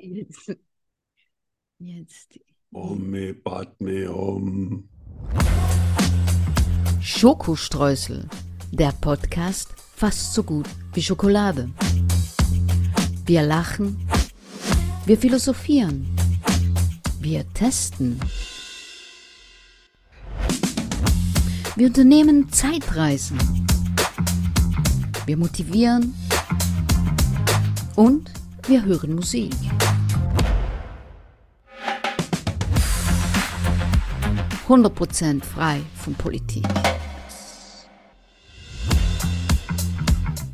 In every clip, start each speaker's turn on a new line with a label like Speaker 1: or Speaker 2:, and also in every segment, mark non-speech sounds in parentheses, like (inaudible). Speaker 1: Jetzt. Jetzt.
Speaker 2: Omme, Batme, Om.
Speaker 1: Schokostreusel, der Podcast fast so gut wie Schokolade. Wir lachen, wir philosophieren, wir testen. Wir unternehmen Zeitreisen. Wir motivieren und wir hören Musik. Hundert Prozent frei von Politik.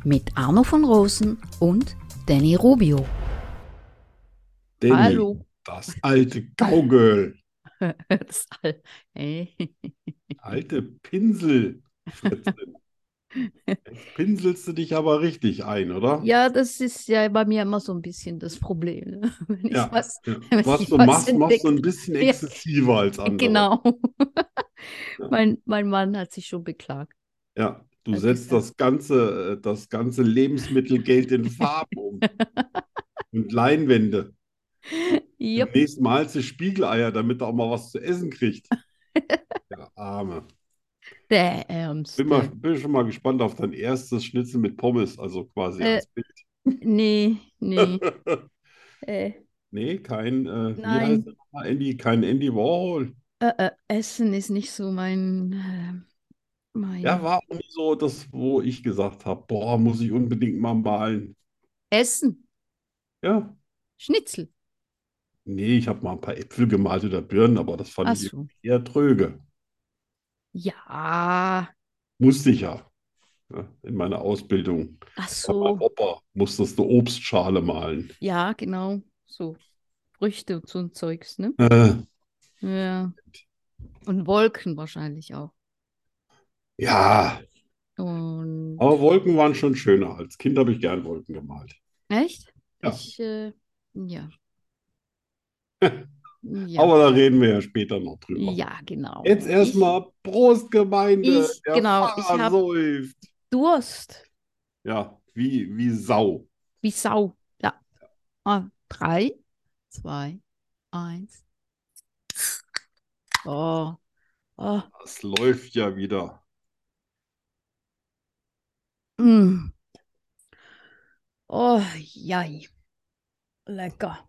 Speaker 1: Mit Arno von Rosen und Danny Rubio.
Speaker 2: Danny,
Speaker 1: Hallo. (laughs)
Speaker 2: Das alte Gaugel,
Speaker 1: Das all- Hey.
Speaker 2: alte Pinsel. Jetzt pinselst du dich aber richtig ein, oder?
Speaker 1: Ja, das ist ja bei mir immer so ein bisschen das Problem. ne? (laughs) Wenn ich
Speaker 2: Ja,
Speaker 1: was,
Speaker 2: ja.
Speaker 1: wenn
Speaker 2: Was
Speaker 1: ich
Speaker 2: du
Speaker 1: was
Speaker 2: machst, machst du
Speaker 1: (laughs)
Speaker 2: ein
Speaker 1: entdeckt-
Speaker 2: bisschen
Speaker 1: Ja.
Speaker 2: exzessiver als andere.
Speaker 1: Genau. mein, mein Mann hat sich schon beklagt.
Speaker 2: Ja, du
Speaker 1: Das
Speaker 2: setzt
Speaker 1: ist Also ja-
Speaker 2: das ganze, äh, das ganze Lebensmittelgeld in
Speaker 1: (laughs)
Speaker 2: Farben um. Und Leinwände.
Speaker 1: Yep.
Speaker 2: Demnächst malst du Spiegeleier, damit er auch mal was zu
Speaker 1: (laughs)
Speaker 2: essen kriegt. Der Arme.
Speaker 1: Der ähm, Ärmste.
Speaker 2: Bin, mal,
Speaker 1: Hm.
Speaker 2: bin schon mal gespannt auf dein erstes Schnitzel mit Pommes, also quasi
Speaker 1: Äh.
Speaker 2: als Bild.
Speaker 1: Nee,
Speaker 2: (laughs)
Speaker 1: nee. äh,
Speaker 2: Nee, kein, äh, wie
Speaker 1: Nein.
Speaker 2: heißt er nochmal? Andy, kein Andy Warhol.
Speaker 1: äh, äh, Essen ist nicht so mein, äh, mein.
Speaker 2: Ja, war auch nicht so das, wo ich gesagt habe, boah, muss ich unbedingt mal malen.
Speaker 1: Essen,
Speaker 2: Ja,
Speaker 1: Schnitzel.
Speaker 2: nee, ich habe mal ein paar Äpfel gemalt oder Birnen, aber das fand
Speaker 1: Ach
Speaker 2: ich
Speaker 1: so.
Speaker 2: eher tröge.
Speaker 1: Ja,
Speaker 2: Musste ich ja. ja in meiner Ausbildung.
Speaker 1: ach
Speaker 2: Bei meinem
Speaker 1: so.
Speaker 2: Opa musstest du Obstschale malen.
Speaker 1: Ja, genau. So Früchte und so ein Zeugs, ne?
Speaker 2: Äh,
Speaker 1: Ja. Und Wolken wahrscheinlich auch.
Speaker 2: ja,
Speaker 1: Und
Speaker 2: aber Wolken waren schon schöner. Als Kind habe ich gern Wolken gemalt.
Speaker 1: echt?
Speaker 2: Ja.
Speaker 1: Ich, äh, ja.
Speaker 2: (laughs)
Speaker 1: Ja.
Speaker 2: Aber da reden wir ja später noch drüber.
Speaker 1: Ja, genau.
Speaker 2: Jetzt erstmal Prost, Gemeinde.
Speaker 1: Ich-
Speaker 2: Der
Speaker 1: genau, ich
Speaker 2: Pfarrer
Speaker 1: hab-
Speaker 2: säuft.
Speaker 1: Ich Durst.
Speaker 2: Ja, wie, wie Sau.
Speaker 1: Wie Sau. Ja. Ah, drei, zwei, eins. Oh. Oh.
Speaker 2: Das läuft ja wieder.
Speaker 1: Mm. Oh, jei. Lecker.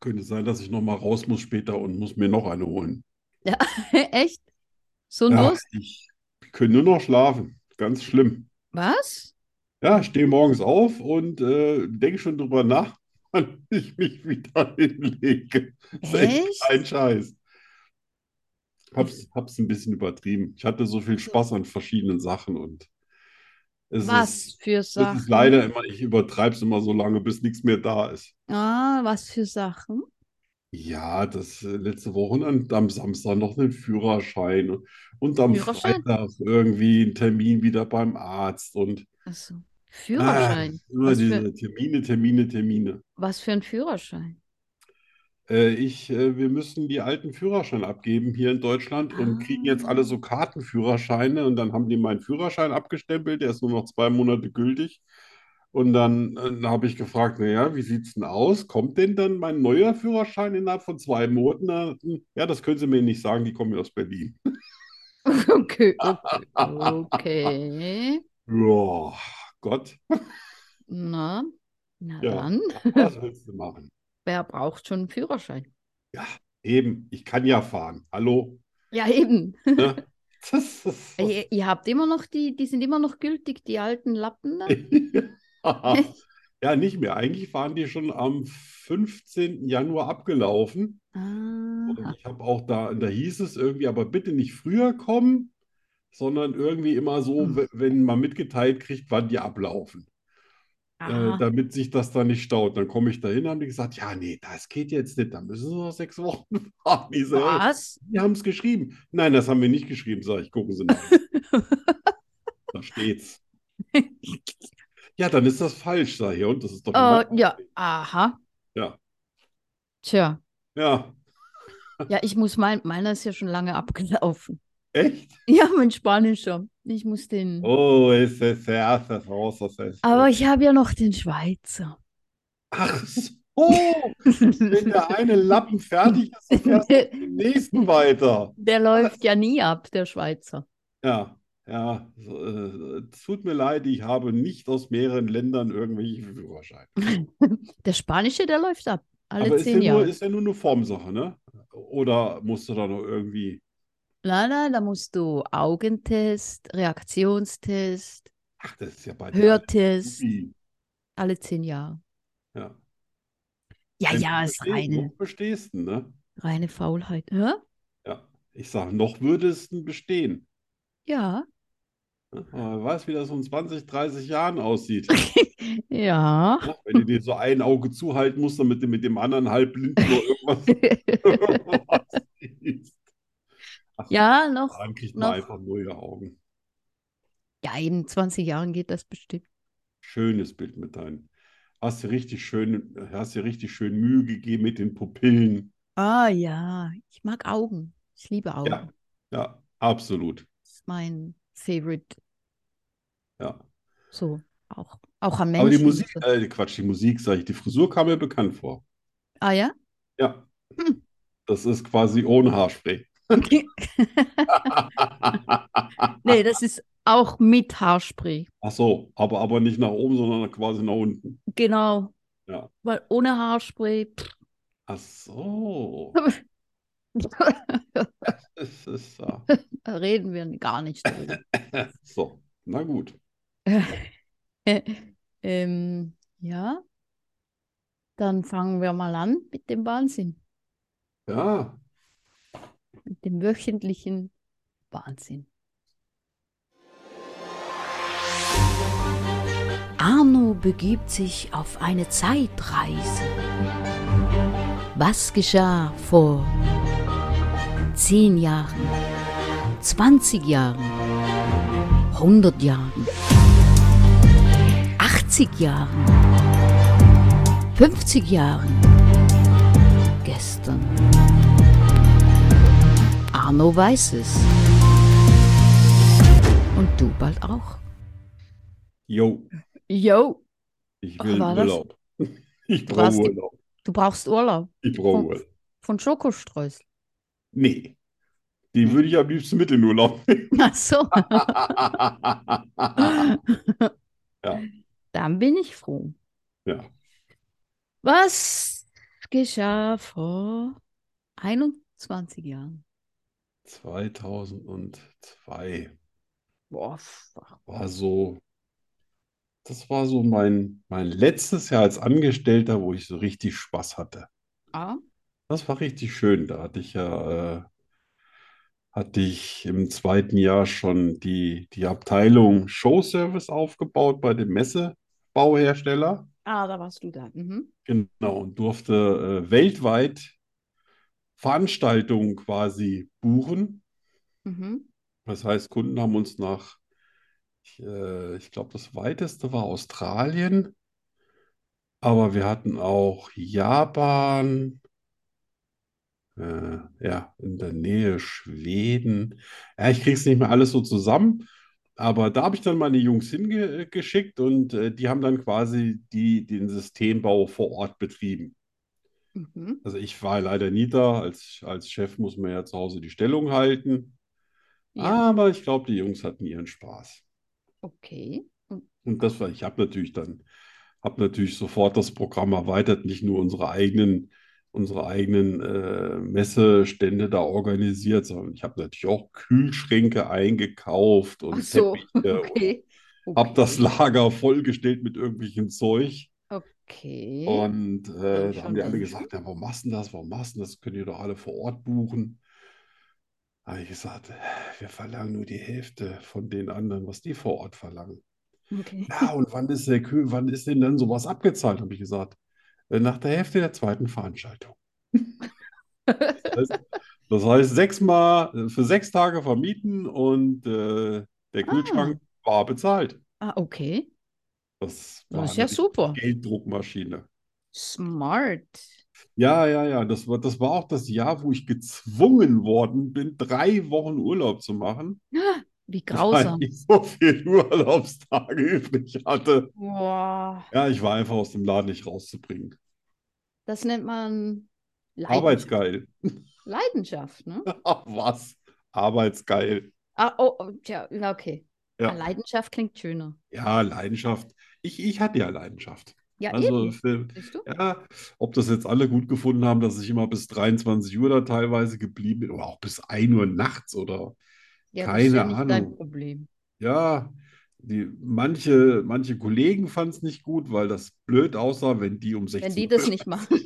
Speaker 2: Könnte sein, dass ich noch mal raus muss später und muss mir noch eine holen.
Speaker 1: (laughs) Echt? So ein
Speaker 2: Ja,
Speaker 1: Durst?
Speaker 2: ich könnte nur noch schlafen. Ganz schlimm.
Speaker 1: Was?
Speaker 2: Ja, ich stehe morgens auf und äh, denke schon drüber nach, (laughs) wann ich mich wieder (laughs) hinlege. Das ist echt
Speaker 1: Echt?
Speaker 2: kein Scheiß. Hab's, hab's ein bisschen übertrieben. Ich hatte so viel Spaß an verschiedenen Sachen und es
Speaker 1: Was
Speaker 2: ist,
Speaker 1: für
Speaker 2: es
Speaker 1: Sachen?
Speaker 2: ist leider immer, ich übertreibe es immer so lange, bis nichts mehr da ist.
Speaker 1: Ah, was für Sachen?
Speaker 2: Ja, das äh, letzte Woche und am Samstag noch einen Führerschein und, und am
Speaker 1: Führerschein?
Speaker 2: Freitag irgendwie einen Termin wieder beim Arzt und
Speaker 1: Achso.
Speaker 2: ah,
Speaker 1: Führerschein.
Speaker 2: immer
Speaker 1: Was für-
Speaker 2: diese Termine, Termine, Termine.
Speaker 1: Was für ein Führerschein? (laughs)
Speaker 2: Äh, ich, äh, wir müssen die alten Führerschein abgeben hier in Deutschland und kriegen jetzt alle so Kartenführerscheine und dann haben die meinen Führerschein abgestempelt, der ist nur noch zwei Monate gültig. Und dann, äh, habe ich gefragt, naja, wie sieht's denn aus? Kommt denn dann mein neuer Führerschein innerhalb von zwei Monaten? Ja, das können Sie mir nicht sagen, die kommen ja aus Berlin.
Speaker 1: Okay, okay, okay.
Speaker 2: (laughs) Ja, Gott,
Speaker 1: Na, na
Speaker 2: Ja.
Speaker 1: dann,
Speaker 2: was willst du machen?
Speaker 1: wer braucht schon einen Führerschein?
Speaker 2: Eben, ich kann ja fahren. Hallo?
Speaker 1: Ja, eben.
Speaker 2: Ne? (laughs) Das ist so-
Speaker 1: Ihr, ihr habt immer noch die, die sind immer noch gültig, die alten Lappen da?
Speaker 2: (laughs) Ja, nicht mehr. Eigentlich waren die schon am 15. Januar abgelaufen. Und
Speaker 1: Aha.
Speaker 2: ich habe auch da, da hieß es irgendwie, aber bitte nicht früher kommen, sondern irgendwie immer so,
Speaker 1: Hm.
Speaker 2: we- wenn man mitgeteilt kriegt, wann die ablaufen, äh,
Speaker 1: Aha.
Speaker 2: damit sich das da nicht staut. Dann komme ich da hin, haben die gesagt, ja, nee, das geht jetzt nicht, da müssen sie noch sechs Wochen (laughs) warten. Ich so, ey,
Speaker 1: Was?
Speaker 2: die haben es geschrieben. Nein, das haben wir nicht geschrieben, sage ich, gucken
Speaker 1: (laughs)
Speaker 2: Sie nach. Da steht's. Ja, dann ist das falsch, sag ich, und das ist doch
Speaker 1: Oh,
Speaker 2: immer-
Speaker 1: ja, aha.
Speaker 2: Ja.
Speaker 1: Tja,
Speaker 2: Ja,
Speaker 1: ja, ich muss mein, meiner ist ja schon
Speaker 2: (laughs)
Speaker 1: lange abgelaufen.
Speaker 2: echt?
Speaker 1: Ja, mein Spanischer. Ich muss den.
Speaker 2: Oh, es ist sehr, sehr raus, das ist
Speaker 1: Aber ich habe ja noch den Schweizer.
Speaker 2: Ach, so. Oh, wenn
Speaker 1: (laughs)
Speaker 2: der eine Lappen fertig ist, dann fährst du mit dem nächsten weiter.
Speaker 1: Der läuft ja nie ab, der Schweizer.
Speaker 2: Ja, ja, so, äh, tut mir leid, ich habe nicht aus mehreren Ländern irgendwelche Führerscheine.
Speaker 1: Der Spanische, der läuft ab. Alle
Speaker 2: Aber ist ja
Speaker 1: zehn
Speaker 2: nur,
Speaker 1: Jahre.
Speaker 2: ist ja nur eine Formsache, ne? Oder musst du da noch irgendwie.
Speaker 1: Nein, nein, da musst du Augentest, Reaktionstest,
Speaker 2: Ach, das ist ja bei dir alles
Speaker 1: Hörtest,
Speaker 2: easy.
Speaker 1: alle zehn Jahre.
Speaker 2: Ja.
Speaker 1: Ja,
Speaker 2: Wenn du
Speaker 1: ja, ist
Speaker 2: bestehst,
Speaker 1: reine,
Speaker 2: noch bestehst du, ne?
Speaker 1: reine Faulheit. Hä?
Speaker 2: Ja. Ich sage, noch würdest du bestehen. (laughs)
Speaker 1: Ja.
Speaker 2: Ne? Aber wer weiß, wie das so in 20, 30 Jahren aussieht.
Speaker 1: Ja.
Speaker 2: Ne? Wenn du dir so ein Auge zuhalten musst, damit du mit dem anderen halbblinden noch
Speaker 1: (laughs)
Speaker 2: irgendwas, irgendwas siehst. Ach,
Speaker 1: Ja, noch,
Speaker 2: dann kriegt man
Speaker 1: noch.
Speaker 2: einfach neue Augen.
Speaker 1: Ja, in 20 Jahren geht das bestimmt.
Speaker 2: Schönes Bild mit deinen. Hast dir richtig schön, hast dir richtig schön Mühe gegeben mit den Pupillen.
Speaker 1: Ah ja, ich mag Augen. Ich liebe
Speaker 2: Ja,
Speaker 1: Augen.
Speaker 2: ja, absolut.
Speaker 1: Das ist mein Favorite.
Speaker 2: Ja.
Speaker 1: So, auch, auch am
Speaker 2: Aber
Speaker 1: Menschen.
Speaker 2: die
Speaker 1: und
Speaker 2: Musik,
Speaker 1: so.
Speaker 2: äh, Quatsch, die Musik, sage ich, die Frisur kam mir bekannt vor.
Speaker 1: Ah
Speaker 2: (laughs)
Speaker 1: ja?
Speaker 2: Ja,
Speaker 1: Hm.
Speaker 2: das ist quasi ohne Haarspray. (laughs)
Speaker 1: Nee, das ist auch mit Haarspray.
Speaker 2: Ach so, aber, aber nicht nach oben, sondern quasi nach unten.
Speaker 1: Genau.
Speaker 2: Ja.
Speaker 1: Weil ohne Haarspray. pff. (laughs)
Speaker 2: Ach so. Es ist,
Speaker 1: (laughs)
Speaker 2: ja.
Speaker 1: Da reden wir gar nicht drüber.
Speaker 2: (laughs) So, na gut.
Speaker 1: Ähm, ja, dann fangen wir mal an mit dem Wahnsinn,
Speaker 2: Ja,
Speaker 1: mit dem wöchentlichen Wahnsinn.
Speaker 3: Arno begibt sich auf eine Zeitreise. Was geschah vor 10 Jahren, 20 Jahren, 100 Jahren, 80 Jahren, 50 Jahren, gestern? Arno weiß es. Und du bald auch.
Speaker 2: jo,
Speaker 1: Jo,
Speaker 2: ich
Speaker 1: Ach,
Speaker 2: will
Speaker 1: war das?
Speaker 2: Urlaub. (laughs) Ich
Speaker 1: Du
Speaker 2: brauche
Speaker 1: warst-
Speaker 2: Urlaub.
Speaker 1: du brauchst Urlaub
Speaker 2: Ich brauche
Speaker 1: von,
Speaker 2: Urlaub.
Speaker 1: von Schokostreusel. (laughs)
Speaker 2: Nee,
Speaker 1: Hm.
Speaker 2: den würde ich am liebsten mit
Speaker 1: (laughs)
Speaker 2: in Urlaub nehmen. (laughs)
Speaker 1: Ach so,
Speaker 2: Ja,
Speaker 1: dann bin ich froh.
Speaker 2: ja.
Speaker 1: Was geschah vor 21 Jahren?
Speaker 2: 2002
Speaker 1: Boah, fuck.
Speaker 2: war so, das war so mein, mein letztes Jahr als Angestellter, wo ich so richtig Spaß hatte.
Speaker 1: Ah,
Speaker 2: Das war richtig schön. Da hatte ich ja, äh, hatte ich im zweiten Jahr schon die, die Abteilung Showservice aufgebaut bei dem Messebauhersteller.
Speaker 1: ah, da warst du da. Mhm.
Speaker 2: Genau, und durfte äh, weltweit Veranstaltungen quasi buchen.
Speaker 1: Mhm.
Speaker 2: Das heißt, Kunden haben uns nach, ich, äh, ich glaube, das weiteste war Australien, aber wir hatten auch Japan, äh, ja, in der Nähe Schweden. Ja, ich krieg's nicht mehr alles so zusammen, aber da habe ich dann meine Jungs hingeschickt und äh, die haben dann quasi die, den Systembau vor Ort betrieben.
Speaker 1: Mhm.
Speaker 2: Also ich war leider nie da, als, als Chef muss man ja zu Hause die Stellung halten.
Speaker 1: Ja,
Speaker 2: Aber ich glaube, die Jungs hatten ihren Spaß.
Speaker 1: okay. Und,
Speaker 2: Und das war, ich habe natürlich dann, habe natürlich sofort das Programm erweitert, nicht nur unsere eigenen, unsere eigenen äh, Messestände da organisiert, sondern ich habe natürlich auch Kühlschränke eingekauft
Speaker 1: ach
Speaker 2: und
Speaker 1: so,
Speaker 2: Teppiche und
Speaker 1: okay.
Speaker 2: habe äh, das
Speaker 1: Okay,
Speaker 2: Lager vollgestellt mit irgendwelchem Zeug.
Speaker 1: okay.
Speaker 2: Und
Speaker 1: Dann
Speaker 2: äh, da haben
Speaker 1: schon,
Speaker 2: die
Speaker 1: dann
Speaker 2: alle
Speaker 1: schon.
Speaker 2: gesagt, ja, warum machst du das? Warum machst du das? Könnt ihr doch alle vor Ort buchen. Da habe ich gesagt, wir verlangen nur die Hälfte von den anderen, was die vor Ort verlangen.
Speaker 1: Okay.
Speaker 2: Ja, und wann ist der Kö, wann ist denn dann sowas abgezahlt, habe ich gesagt. Äh, Nach der Hälfte der zweiten Veranstaltung. Das heißt, das heißt sechsmal äh, für sechs Tage vermieten und äh, der
Speaker 1: Ah,
Speaker 2: Kühlschrank war bezahlt.
Speaker 1: (laughs) ah, okay.
Speaker 2: Das
Speaker 1: Das
Speaker 2: war
Speaker 1: ist ja
Speaker 2: eine richtige
Speaker 1: super.
Speaker 2: Gelddruckmaschine.
Speaker 1: Smart.
Speaker 2: Ja, ja, ja, das war, das war auch das Jahr, wo ich gezwungen worden bin, drei Wochen Urlaub zu machen, (laughs)
Speaker 1: Wie
Speaker 2: weil
Speaker 1: grausam.
Speaker 2: ich so viele Urlaubstage übrig hatte.
Speaker 1: Boah.
Speaker 2: Ja, ich war einfach aus dem Laden nicht rauszubringen.
Speaker 1: Das nennt man Leidenschaft.
Speaker 2: Arbeitsgeil. (laughs)
Speaker 1: Leidenschaft, ne?
Speaker 2: Ach, was? Arbeitsgeil.
Speaker 1: Ah, oh, oh, tja, na, okay.
Speaker 2: Ja.
Speaker 1: Ah, Leidenschaft klingt schöner.
Speaker 2: Ja, Leidenschaft. Ich, ich hatte ja Leidenschaft.
Speaker 1: Ja,
Speaker 2: Also,
Speaker 1: eben.
Speaker 2: für,
Speaker 1: Siehst du?
Speaker 2: ja, ob das jetzt alle gut gefunden haben, dass ich immer bis 23 Uhr da teilweise geblieben bin oder auch bis 1 Uhr nachts oder
Speaker 1: Ja, das ist ja
Speaker 2: keine
Speaker 1: nicht dein
Speaker 2: Ahnung.
Speaker 1: Problem.
Speaker 2: Ja, die, manche, manche Kollegen fanden es nicht gut, weil das blöd aussah, wenn die um
Speaker 1: Wenn
Speaker 2: 16
Speaker 1: die (laughs)
Speaker 2: Uhr
Speaker 1: das nicht machen.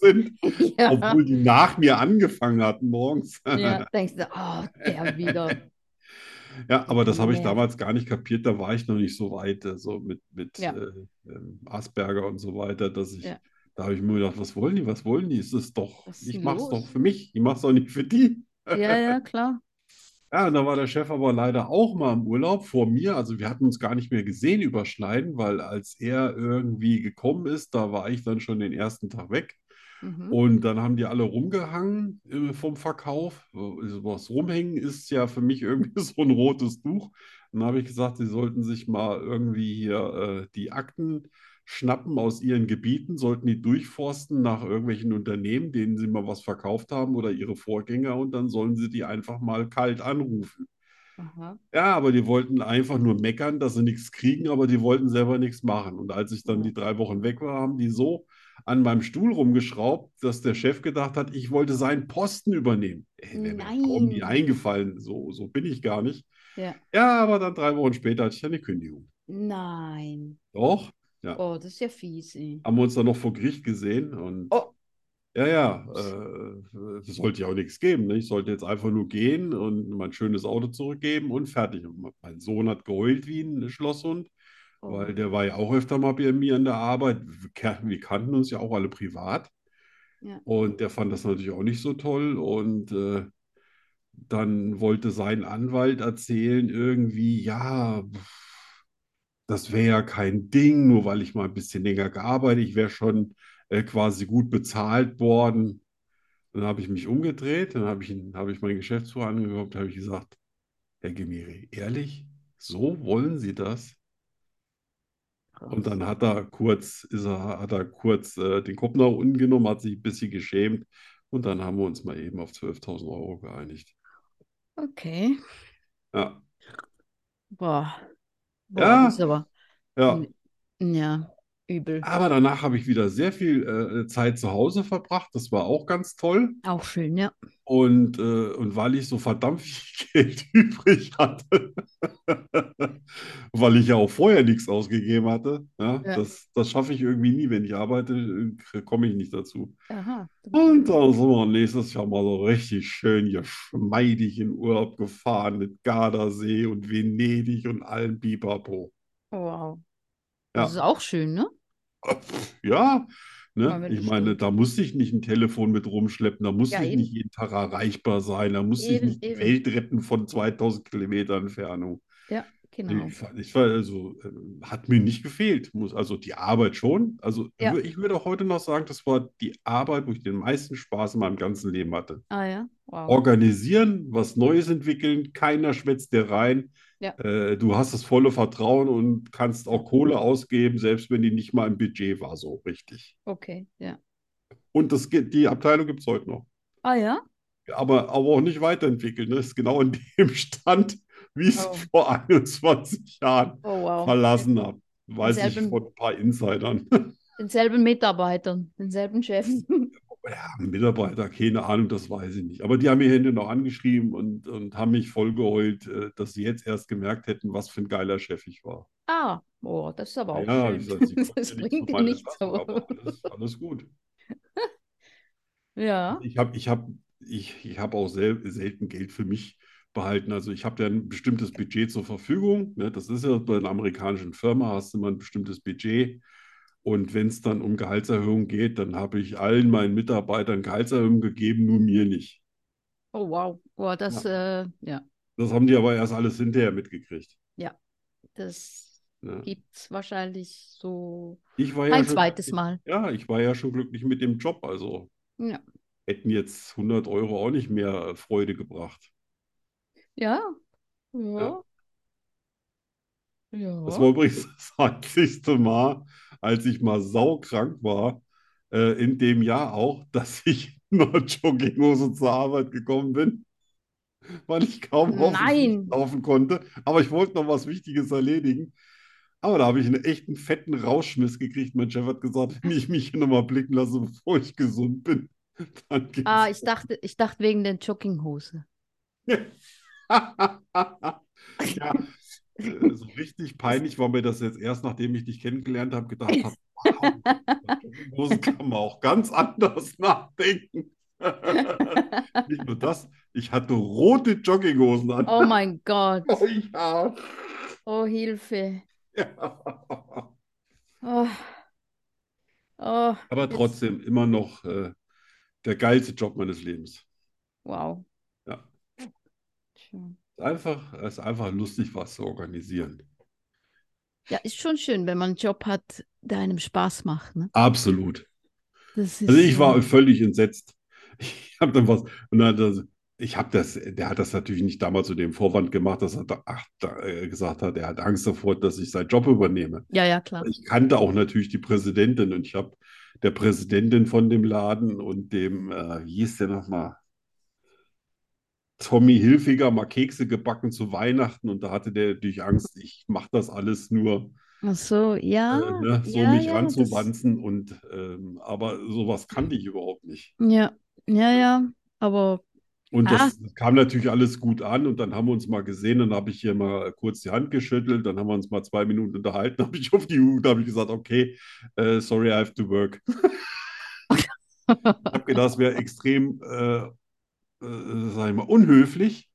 Speaker 2: sind,
Speaker 1: (laughs) Ja,
Speaker 2: obwohl die nach mir angefangen hatten morgens. (laughs)
Speaker 1: ja, denkst du, oh, der wieder.
Speaker 2: Ja, aber das habe ich
Speaker 1: Nervt.
Speaker 2: damals gar nicht kapiert, da war ich noch nicht so weit, äh, so mit, mit
Speaker 1: Ja,
Speaker 2: äh, ähm, Asperger und so weiter, dass ich,
Speaker 1: ja.
Speaker 2: da habe ich mir gedacht, was wollen die, was wollen die? Es ist doch,
Speaker 1: Was ist
Speaker 2: ich
Speaker 1: denn
Speaker 2: mache es doch
Speaker 1: los?
Speaker 2: für mich, ich mache es doch nicht für die.
Speaker 1: Ja, ja, klar.
Speaker 2: Ja, und da war der Chef aber leider auch mal im Urlaub vor mir. Also wir hatten uns gar nicht mehr gesehen überschneiden, weil als er irgendwie gekommen ist, da war ich dann schon den ersten Tag weg.
Speaker 1: Mhm.
Speaker 2: Und dann haben die alle rumgehangen äh, vom Verkauf. Äh, Was rumhängen ist ja für mich (laughs) irgendwie so ein rotes Tuch. Und dann habe ich gesagt, sie sollten sich mal irgendwie hier äh, die Akten schnappen aus ihren Gebieten, sollten die durchforsten nach irgendwelchen Unternehmen, denen sie mal was verkauft haben oder ihre Vorgänger und dann sollen sie die einfach mal kalt anrufen.
Speaker 1: Aha.
Speaker 2: Ja, aber die wollten einfach nur meckern, dass sie nichts kriegen, aber die wollten selber nichts machen. Und als ich dann
Speaker 1: Ja.
Speaker 2: die drei Wochen weg war, haben die so an meinem Stuhl rumgeschraubt, dass der Chef gedacht hat, ich wollte seinen Posten übernehmen. Ey, wäre mir kaum nie
Speaker 1: Nein.
Speaker 2: eingefallen, so, so bin ich gar nicht.
Speaker 1: Ja.
Speaker 2: Ja, aber dann drei Wochen später hatte ich eine Kündigung.
Speaker 1: Nein.
Speaker 2: Doch, ja.
Speaker 1: Oh, das ist ja fies, ey.
Speaker 2: Haben wir uns dann noch vor Gericht gesehen und
Speaker 1: Oh,
Speaker 2: ja, ja,
Speaker 1: ups.
Speaker 2: äh, es sollte ja auch nichts geben. Ne? Ich sollte jetzt einfach nur gehen und mein schönes Auto zurückgeben und fertig. Und mein Sohn hat geheult wie ein Schlosshund, weil
Speaker 1: Oh,
Speaker 2: der war ja auch öfter mal bei mir an der Arbeit. Wir, ke- wir kannten uns ja auch alle privat
Speaker 1: ja.
Speaker 2: und der fand das natürlich auch nicht so toll. Und äh, dann wollte sein Anwalt erzählen, irgendwie, ja, pff, das wäre ja kein Ding, nur weil ich mal ein bisschen länger gearbeitet, ich wäre schon äh, quasi gut bezahlt worden. Dann habe ich mich umgedreht, dann habe ich, ihn- habe ich meinen Geschäftsführer angeguckt, habe ich gesagt, Herr Gemiri, ehrlich, so wollen Sie das?
Speaker 1: Krass.
Speaker 2: Und dann hat er kurz, ist er, hat er kurz äh, den Kopf nach unten genommen, hat sich ein bisschen geschämt und dann haben wir uns mal eben auf 12.000 Euro geeinigt.
Speaker 1: Okay.
Speaker 2: Ja,
Speaker 1: Boah. Boah, das
Speaker 2: ja,
Speaker 1: ist aber.
Speaker 2: ja.
Speaker 1: n- Ja, übel.
Speaker 2: Aber danach habe ich wieder sehr viel äh, Zeit zu Hause verbracht. Das war auch ganz toll.
Speaker 1: Auch schön, ja.
Speaker 2: Und, äh, und weil ich so verdammt viel (laughs) Geld übrig hatte, (laughs) weil ich ja auch vorher nichts ausgegeben hatte, ja,
Speaker 1: Ja.
Speaker 2: das, das schaffe ich irgendwie nie. Wenn ich arbeite, äh, komme ich nicht dazu.
Speaker 1: Aha, du bist
Speaker 2: Und
Speaker 1: blöd.
Speaker 2: da sind wir nächstes Jahr mal so richtig schön geschmeidig in Urlaub gefahren mit Gardasee und Venedig und allem Pipapo.
Speaker 1: Wow. Das ist
Speaker 2: Oh. Ja,
Speaker 1: auch schön, ne?
Speaker 2: ja,
Speaker 1: Mal
Speaker 2: ne?
Speaker 1: mit
Speaker 2: Ich
Speaker 1: einer
Speaker 2: meine,
Speaker 1: Stunde.
Speaker 2: da musste ich nicht ein Telefon mit rumschleppen, da musste
Speaker 1: Ja,
Speaker 2: ich nicht
Speaker 1: eben.
Speaker 2: jeden Tag erreichbar sein, da musste ich
Speaker 1: Eben,
Speaker 2: nicht die
Speaker 1: eben.
Speaker 2: Welt retten von 2000 Kilometer Entfernung.
Speaker 1: Ja, genau.
Speaker 2: Ich, fand- ich war also, ähm, hat mir nicht gefehlt. Muss, also die Arbeit schon. Also
Speaker 1: Ja.
Speaker 2: wür- ich würde auch heute noch sagen, das war die Arbeit, wo ich den meisten Spaß in meinem ganzen Leben hatte.
Speaker 1: Ah ja, wow.
Speaker 2: Organisieren, was Neues entwickeln, keiner schwätzt dir rein.
Speaker 1: Ja,
Speaker 2: Äh, du hast das volle Vertrauen und kannst
Speaker 1: ja.
Speaker 2: auch Kohle ausgeben, selbst wenn die nicht mal im Budget war, so richtig.
Speaker 1: Okay, ja.
Speaker 2: Und das, geht- die Abteilung gibt es heute noch.
Speaker 1: Ah ja?
Speaker 2: Aber, aber auch nicht weiterentwickelt. Ne? Ist genau in (laughs) dem Stand, wie ich es
Speaker 1: Oh,
Speaker 2: vor 21 Jahren
Speaker 1: oh wow. Ja.
Speaker 2: verlassen habe. Weiß ich
Speaker 1: Denselben,
Speaker 2: von ein paar Insidern. (laughs)
Speaker 1: denselben Mitarbeitern, denselben Chef.
Speaker 2: Ja, Mitarbeiter, keine Ahnung, das weiß ich nicht. Aber die haben mir Hände noch angeschrieben und, und haben mich vollgeheult, äh, dass sie jetzt erst gemerkt hätten, was für ein geiler Chef ich war.
Speaker 1: (laughs) Ah, oh, das ist aber auch
Speaker 2: Naja, ich
Speaker 1: schön.
Speaker 2: sage, sie konnten
Speaker 1: (laughs)
Speaker 2: ja
Speaker 1: Das
Speaker 2: nichts für
Speaker 1: bringt dir
Speaker 2: meine
Speaker 1: nichts,
Speaker 2: Sachen, aber
Speaker 1: aber. (laughs)
Speaker 2: alles, alles gut.
Speaker 1: Ja,
Speaker 2: Ich habe ich hab, ich, ich hab auch sel selten Geld für mich behalten. Also ich habe ja ein bestimmtes Budget zur Verfügung. Ne? Das ist ja bei einer amerikanischen Firma, hast du immer ein bestimmtes Budget. Und wenn es dann um Gehaltserhöhung geht, dann habe ich allen meinen Mitarbeitern Gehaltserhöhung gegeben, nur mir nicht.
Speaker 1: oh wow. Boah, das,
Speaker 2: Ja.
Speaker 1: äh, ja,
Speaker 2: Das haben die aber erst alles hinterher mitgekriegt.
Speaker 1: ja. Das
Speaker 2: Ne?
Speaker 1: gibt's wahrscheinlich so
Speaker 2: Ich war ja
Speaker 1: kein
Speaker 2: schon
Speaker 1: zweites
Speaker 2: glücklich.
Speaker 1: Mal.
Speaker 2: Ja, ich war ja schon glücklich mit dem Job. Also
Speaker 1: Ja.
Speaker 2: hätten jetzt 100 Euro auch nicht mehr äh, Freude gebracht.
Speaker 1: Ja,
Speaker 2: Ja.
Speaker 1: ja,
Speaker 2: Das
Speaker 1: ja. Oh.
Speaker 2: (laughs) war übrigens das einzigste Mal, als ich mal saukrank war. äh, in dem Jahr auch, (laughs) dass ich in einer Jogginghose zur Arbeit gekommen bin, weil ich kaum auf den Füßen
Speaker 1: Nein.
Speaker 2: laufen konnte. Aber ich wollte noch was Wichtiges erledigen. Aber da habe ich einen echten fetten Rauschmiss gekriegt. Mein Chef hat gesagt, (laughs) wenn ich mich hier nochmal blicken lasse, bevor ich gesund bin, (laughs) dann
Speaker 1: Ah,
Speaker 2: geht's.
Speaker 1: ich dachte, ich dachte wegen der Jogginghose.
Speaker 2: (laughs) Ja, äh, so richtig peinlich war mir das jetzt erst, nachdem ich dich kennengelernt habe, gedacht habe, wow, (laughs) über Jogginghose kann man auch ganz anders (laughs) nachdenken. Nicht nur das, ich hatte rote Jogginghosen an.
Speaker 1: Oh mein Gott.
Speaker 2: (laughs) Oh ja.
Speaker 1: Oh, Hilfe.
Speaker 2: Ja.
Speaker 1: Oh, oh,
Speaker 2: Aber
Speaker 1: jetzt.
Speaker 2: trotzdem immer noch äh, der geilste Job meines Lebens.
Speaker 1: Wow.
Speaker 2: Ja.
Speaker 1: Schön.
Speaker 2: Ist Einfach, es ist einfach lustig, was zu organisieren.
Speaker 1: Ja, ist schon schön, wenn man einen Job hat, der einem Spaß macht, ne?
Speaker 2: Absolut.
Speaker 1: Das
Speaker 2: Also
Speaker 1: ist
Speaker 2: ich war
Speaker 1: so.
Speaker 2: völlig entsetzt. Ich habe dann was und dann hat er- ich habe das, der hat das natürlich nicht damals zu dem Vorwand gemacht, dass er da, ach, da, äh, gesagt hat, er hat Angst davor, dass ich seinen Job übernehme.
Speaker 1: Ja, ja, klar.
Speaker 2: Ich kannte auch natürlich die Präsidentin und ich habe der Präsidentin von dem Laden und dem, äh, wie hieß der nochmal? Tommy Hilfiger mal Kekse gebacken zu Weihnachten und da hatte der natürlich Angst, ich mache das alles nur,
Speaker 1: Ach so,
Speaker 2: äh,
Speaker 1: ja,
Speaker 2: ne, so
Speaker 1: Ah, ja,
Speaker 2: mich
Speaker 1: ja, das.
Speaker 2: ranzuwanzen und ähm, aber sowas kannte ich überhaupt nicht.
Speaker 1: Ja, ja, ja. Aber,
Speaker 2: Und
Speaker 1: ah,
Speaker 2: das kam natürlich alles gut an und dann haben wir uns mal gesehen, dann habe ich hier mal kurz die Hand geschüttelt, dann haben wir uns mal zwei Minuten unterhalten, (laughs) habe ich auf die Jugend, habe ich gesagt, okay, äh, sorry, I have to work. Ich habe gedacht, das wäre extrem, äh, äh, sag ich mal, unhöflich.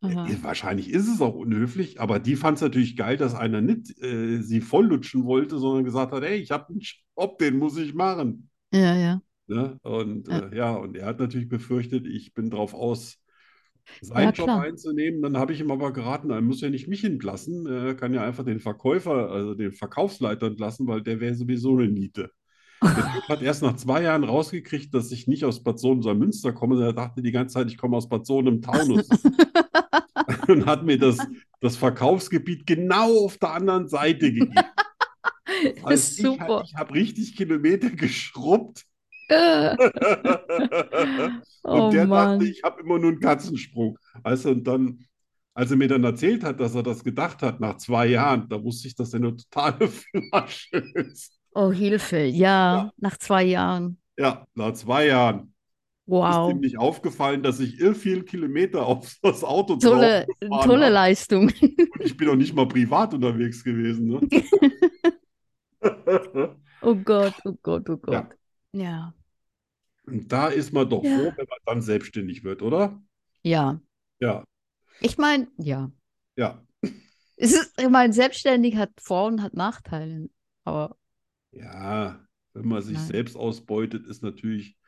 Speaker 1: aha.
Speaker 2: Äh, Wahrscheinlich ist es auch unhöflich, aber die fand es natürlich geil, dass einer nicht äh, sie volllutschen wollte, sondern gesagt hat, hey, ich habe einen Job, den muss ich machen.
Speaker 1: Ja, ja.
Speaker 2: Ne? Und
Speaker 1: Ja,
Speaker 2: äh, ja, und er hat natürlich befürchtet, ich bin drauf aus, seinen
Speaker 1: ja,
Speaker 2: Job
Speaker 1: klar.
Speaker 2: einzunehmen. Dann habe ich ihm aber geraten, er muss ja nicht mich entlassen, er kann ja einfach den Verkäufer, also den Verkaufsleiter entlassen, weil der wäre sowieso eine Niete.
Speaker 1: (laughs)
Speaker 2: Der Typ hat erst nach zwei Jahren rausgekriegt, dass ich nicht aus Bad Sohn-Münster komme. sondern Er dachte die ganze Zeit, ich komme aus Bad Sohn im
Speaker 1: (laughs)
Speaker 2: Taunus und hat mir das, das Verkaufsgebiet genau auf der anderen
Speaker 1: (laughs)
Speaker 2: Seite gegeben. Das heißt, ich, ha-
Speaker 1: Super.
Speaker 2: ich habe richtig Kilometer (laughs) geschrubbt (laughs)
Speaker 1: Äh,
Speaker 2: und
Speaker 1: (laughs) Oh
Speaker 2: der dachte,
Speaker 1: Mann.
Speaker 2: ich habe immer nur einen Katzensprung. Also, und dann, als er mir dann erzählt hat, dass er das gedacht hat nach zwei Jahren, da wusste ich, dass er eine totale (laughs) Flasche ist.
Speaker 1: Oh, Hilfe. Ja,
Speaker 2: Ja,
Speaker 1: nach zwei Jahren.
Speaker 2: ja, nach zwei Jahren. ist ihm
Speaker 1: Wow.
Speaker 2: nicht aufgefallen, dass ich irr viel Kilometer auf (laughs) das Auto
Speaker 1: Tolle,
Speaker 2: draufgefahren
Speaker 1: tolle
Speaker 2: habe.
Speaker 1: Leistung. (laughs)
Speaker 2: Und ich bin auch nicht mal privat unterwegs gewesen. Ne? (laughs)
Speaker 1: Oh Gott, oh Gott, oh Gott.
Speaker 2: Ja,
Speaker 1: Ja.
Speaker 2: und da ist man doch froh,
Speaker 1: Ja.
Speaker 2: wenn man dann selbstständig wird, oder?
Speaker 1: Ja.
Speaker 2: Ja,
Speaker 1: Ich meine, ja.
Speaker 2: ja.
Speaker 1: Es ist, ich meine, selbstständig hat Vor- und hat Nachteile. Aber
Speaker 2: Ja, wenn man sich
Speaker 1: nein.
Speaker 2: selbst ausbeutet, ist natürlich,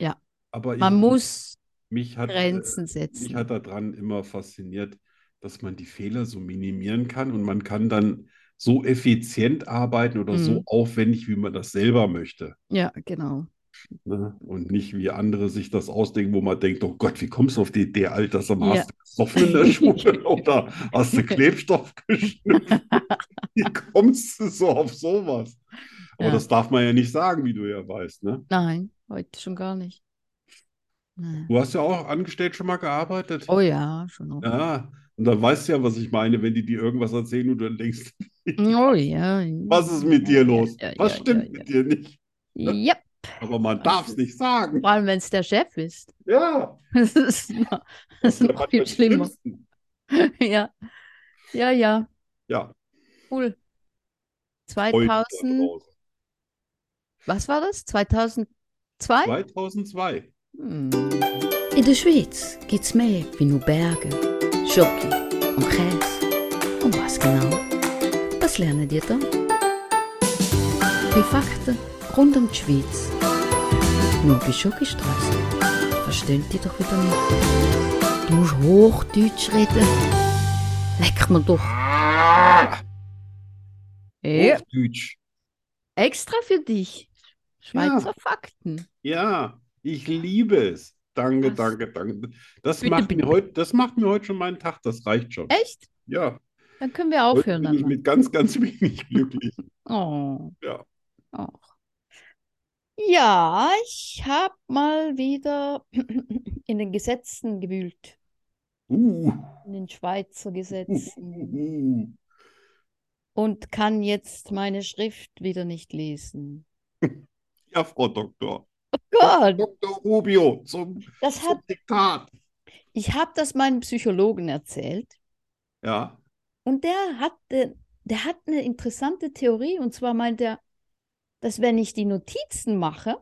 Speaker 1: Ja,
Speaker 2: aber
Speaker 1: man
Speaker 2: ich,
Speaker 1: muss
Speaker 2: mich hat, äh,
Speaker 1: Grenzen
Speaker 2: mich
Speaker 1: setzen.
Speaker 2: hat daran immer fasziniert, dass man die Fehler so minimieren kann und man kann dann so effizient arbeiten oder so
Speaker 1: Mhm.
Speaker 2: aufwendig, wie man das selber möchte.
Speaker 1: Ja, genau.
Speaker 2: Ne? Und nicht wie andere sich das ausdenken, wo man denkt, oh Gott, wie kommst du auf die Idee, Alter, sag mal,
Speaker 1: Ja.
Speaker 2: hast du gesoffen in der Schule oder hast
Speaker 1: (laughs)
Speaker 2: du Klebstoff geschnüffelt? Wie kommst du so auf sowas? Aber
Speaker 1: Ja,
Speaker 2: das darf man ja nicht sagen, wie du ja weißt, ne?
Speaker 1: nein, heute schon gar nicht. Nee.
Speaker 2: (laughs) Du hast ja auch angestellt schon mal gearbeitet.
Speaker 1: Oh ja, schon auch mal.
Speaker 2: Ja, und dann weißt du ja, was ich meine, wenn die dir irgendwas erzählen und du
Speaker 1: (laughs)
Speaker 2: dann denkst,
Speaker 1: Oh ja,
Speaker 2: was ist mit
Speaker 1: ja,
Speaker 2: dir
Speaker 1: ja,
Speaker 2: los?
Speaker 1: ja, ja,
Speaker 2: Was
Speaker 1: ja,
Speaker 2: stimmt
Speaker 1: ja.
Speaker 2: mit dir nicht?
Speaker 1: Ja,
Speaker 2: Aber man darf
Speaker 1: also,
Speaker 2: es nicht
Speaker 1: vor
Speaker 2: sagen.
Speaker 1: allem wenn es der Chef ist. (laughs)
Speaker 2: Ja,
Speaker 1: Das ist noch,
Speaker 2: das
Speaker 1: das
Speaker 2: sind
Speaker 1: ist
Speaker 2: ja
Speaker 1: noch viel
Speaker 2: manchmal die
Speaker 1: schlimmer.
Speaker 2: Schlimmsten.
Speaker 1: (laughs) Ja, ja, ja,
Speaker 2: Ja,
Speaker 1: cool.
Speaker 2: heute da
Speaker 1: 2000,
Speaker 2: draußen.
Speaker 1: was war das? 2002?
Speaker 2: 2002.
Speaker 1: Hm.
Speaker 3: In der Schweiz gibt's mehr wie nur Berge, Schoki und Käse. Und was genau? Das lernen die dann. Die Fakten rund um die Schweiz. Nur bei Schokistraße. Verstehen die doch wieder nicht. Du musst Hochdeutsch reden. Leck mir doch.
Speaker 2: Ah,
Speaker 1: Ja,
Speaker 2: Hochdeutsch.
Speaker 1: extra für dich.
Speaker 2: Ja,
Speaker 1: Schweizer Fakten.
Speaker 2: ja, ich liebe es. Danke,
Speaker 1: Was?
Speaker 2: danke, danke. Das
Speaker 1: Bitte,
Speaker 2: macht mir
Speaker 1: bitte.
Speaker 2: heute, das macht mir heute schon meinen Tag, das reicht schon.
Speaker 1: Echt?
Speaker 2: Ja,
Speaker 1: Dann können wir
Speaker 2: heute
Speaker 1: aufhören
Speaker 2: bin ich
Speaker 1: einmal.
Speaker 2: mit ganz, ganz wenig glücklich.
Speaker 1: Oh,
Speaker 2: Ja.
Speaker 1: oh. Ja, ich habe mal wieder (clears throat) in den Gesetzen gewühlt,
Speaker 2: Uh,
Speaker 1: in den Schweizer
Speaker 2: uh, (laughs)
Speaker 1: Gesetzen
Speaker 2: uh, uh.
Speaker 1: und kann jetzt meine Schrift wieder nicht lesen.
Speaker 2: Ja, Frau Doktor.
Speaker 1: Gott,
Speaker 2: Dr. Rubio zum,
Speaker 1: das hat,
Speaker 2: zum Diktat.
Speaker 1: ich habe das meinem Psychologen erzählt
Speaker 2: Ja.
Speaker 1: und der hatte, der hat eine interessante Theorie und zwar meint er, dass wenn ich die Notizen mache,